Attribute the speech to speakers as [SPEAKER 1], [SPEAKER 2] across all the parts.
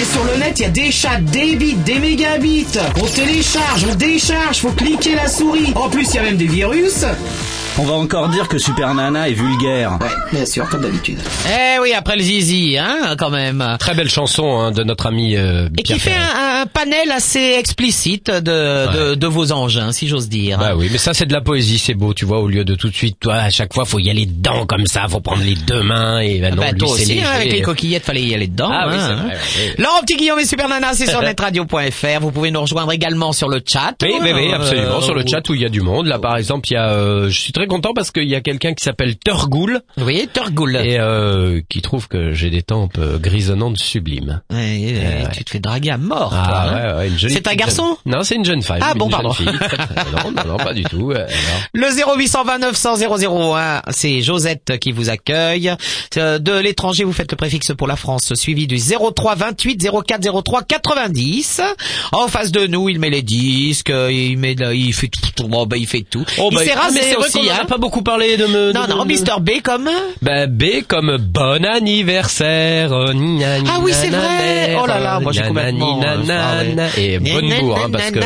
[SPEAKER 1] Et sur le net, il y a des chats, des bits, des mégabits. On télécharge, on décharge, faut cliquer la souris. En plus, il y a même des virus.
[SPEAKER 2] On va encore dire que Super Nana est vulgaire.
[SPEAKER 1] Ouais, bien sûr, comme d'habitude.
[SPEAKER 3] Eh oui, après le zizi, hein, quand même.
[SPEAKER 4] Très belle chanson hein, de notre ami euh,
[SPEAKER 3] Et qui
[SPEAKER 4] Pierre
[SPEAKER 3] fait
[SPEAKER 4] Perret.
[SPEAKER 3] un, un panel assez explicite de, de, de vos engins, si j'ose dire.
[SPEAKER 4] Bah oui, mais ça c'est de la poésie, c'est beau, tu vois, au lieu de tout de suite, toi, à chaque fois, faut y aller dedans comme ça, faut prendre les deux mains et bah non,
[SPEAKER 3] Bah,
[SPEAKER 4] lui,
[SPEAKER 3] toi
[SPEAKER 4] c'est
[SPEAKER 3] aussi,
[SPEAKER 4] léger.
[SPEAKER 3] hein, avec les coquillettes, fallait y aller dedans.
[SPEAKER 4] Ah oui,
[SPEAKER 3] hein.
[SPEAKER 4] c'est vrai, oui, oui.
[SPEAKER 3] Laurent Petit Guillaume et Super Nana, c'est sur netradio.fr. Vous pouvez nous rejoindre également sur le chat.
[SPEAKER 4] Oui, oui, oui,
[SPEAKER 3] Euh,
[SPEAKER 4] absolument. Sur le chat où il y a du monde, là par exemple, il y a, euh, je suis très content parce qu'il y a quelqu'un qui s'appelle Turgoul
[SPEAKER 3] Oui, Turgoul.
[SPEAKER 4] et euh, qui trouve que j'ai des tempes euh, grisonnantes sublimes.
[SPEAKER 3] Ouais, ouais,
[SPEAKER 4] ouais.
[SPEAKER 3] Tu te fais draguer à mort. toi, hein.
[SPEAKER 4] euh, Ah ouais, ouais, une jolie
[SPEAKER 3] C'est un
[SPEAKER 4] petite
[SPEAKER 3] garçon
[SPEAKER 4] jeune- Non, c'est une jeune femme.
[SPEAKER 3] Ah,
[SPEAKER 4] une
[SPEAKER 3] bon,
[SPEAKER 4] jeune
[SPEAKER 3] pardon.
[SPEAKER 4] fille. Très, très- non, non, non, pas du tout. euh, non.
[SPEAKER 3] Le 0829 100 001, c'est Josette qui vous accueille. Euh, De l'étranger, vous faites le préfixe pour la France, suivi du 03 28 04 03 90. En face de nous, il met les disques, euh, il met, de- il fait tout, tout- bon, bah, il fait tout.
[SPEAKER 4] Oh,
[SPEAKER 3] il
[SPEAKER 4] bah,
[SPEAKER 3] s'est rasé
[SPEAKER 4] mais c'est vrai qu'on
[SPEAKER 3] aussi,
[SPEAKER 4] en a
[SPEAKER 3] hein.
[SPEAKER 4] pas beaucoup parlé de me. de-
[SPEAKER 3] Non,
[SPEAKER 4] de-
[SPEAKER 3] non,
[SPEAKER 4] de-
[SPEAKER 3] Mister B comme.
[SPEAKER 4] Ben, B comme bon anniversaire. euh, ni na, ni
[SPEAKER 3] Ah oui, c'est
[SPEAKER 4] na, na,
[SPEAKER 3] vrai.
[SPEAKER 4] na,
[SPEAKER 3] Oh là là, moi, j'ai
[SPEAKER 4] na, na,
[SPEAKER 3] complètement,
[SPEAKER 4] ni na,
[SPEAKER 3] euh,
[SPEAKER 4] na,
[SPEAKER 3] foiré.
[SPEAKER 4] na. Et bonne
[SPEAKER 3] Nanana,
[SPEAKER 4] bourre, hein, parce que.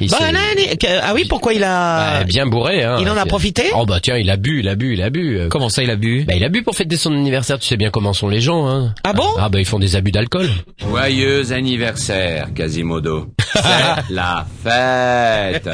[SPEAKER 4] il s'est-
[SPEAKER 3] Bonne année. Que- Ah oui, pourquoi il a.
[SPEAKER 4] Ouais, bien bourré, hein.
[SPEAKER 3] il en a
[SPEAKER 4] C'est-
[SPEAKER 3] profité
[SPEAKER 4] Oh bah tiens, il a bu, il a bu, il a bu. Euh,
[SPEAKER 3] Comment ça, il a bu
[SPEAKER 4] Ben, il a bu pour fêter son anniversaire, tu sais bien comment sont les gens, hein.
[SPEAKER 3] Ah bon
[SPEAKER 4] Ah bah ils font des abus d'alcool.
[SPEAKER 5] Joyeux anniversaire, Quasimodo. C'est la fête.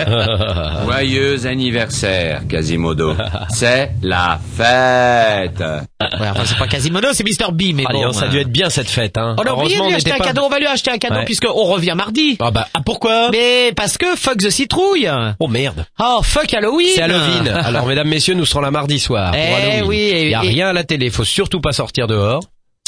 [SPEAKER 5] Joyeux anniversaire, Quasimodo. C'est la fête.
[SPEAKER 3] Ouais, enfin, c'est pas Quasimodo, c'est Mister B, mais
[SPEAKER 4] Bah. Ah,
[SPEAKER 3] bon.
[SPEAKER 4] non, ça a dû
[SPEAKER 3] hein.
[SPEAKER 4] être bien cette fête, hein.
[SPEAKER 3] On a oublié de
[SPEAKER 4] Heureusement,
[SPEAKER 3] Oh, lui
[SPEAKER 4] on
[SPEAKER 3] acheter
[SPEAKER 4] n'était
[SPEAKER 3] un
[SPEAKER 4] pas-
[SPEAKER 3] cadeau, on va lui acheter un cadeau
[SPEAKER 4] Ouais.
[SPEAKER 3] puisqu'on revient mardi.
[SPEAKER 4] Ah bah, ah, pourquoi
[SPEAKER 3] Mais parce que fuck the citrouille
[SPEAKER 4] Oh merde.
[SPEAKER 3] Oh fuck Halloween
[SPEAKER 4] C'est Halloween. Alors mesdames, messieurs, nous serons là mardi soir pour
[SPEAKER 3] Eh
[SPEAKER 4] Halloween.
[SPEAKER 3] oui, et-
[SPEAKER 4] il y a
[SPEAKER 3] et-
[SPEAKER 4] rien à la télé, faut surtout pas sortir dehors.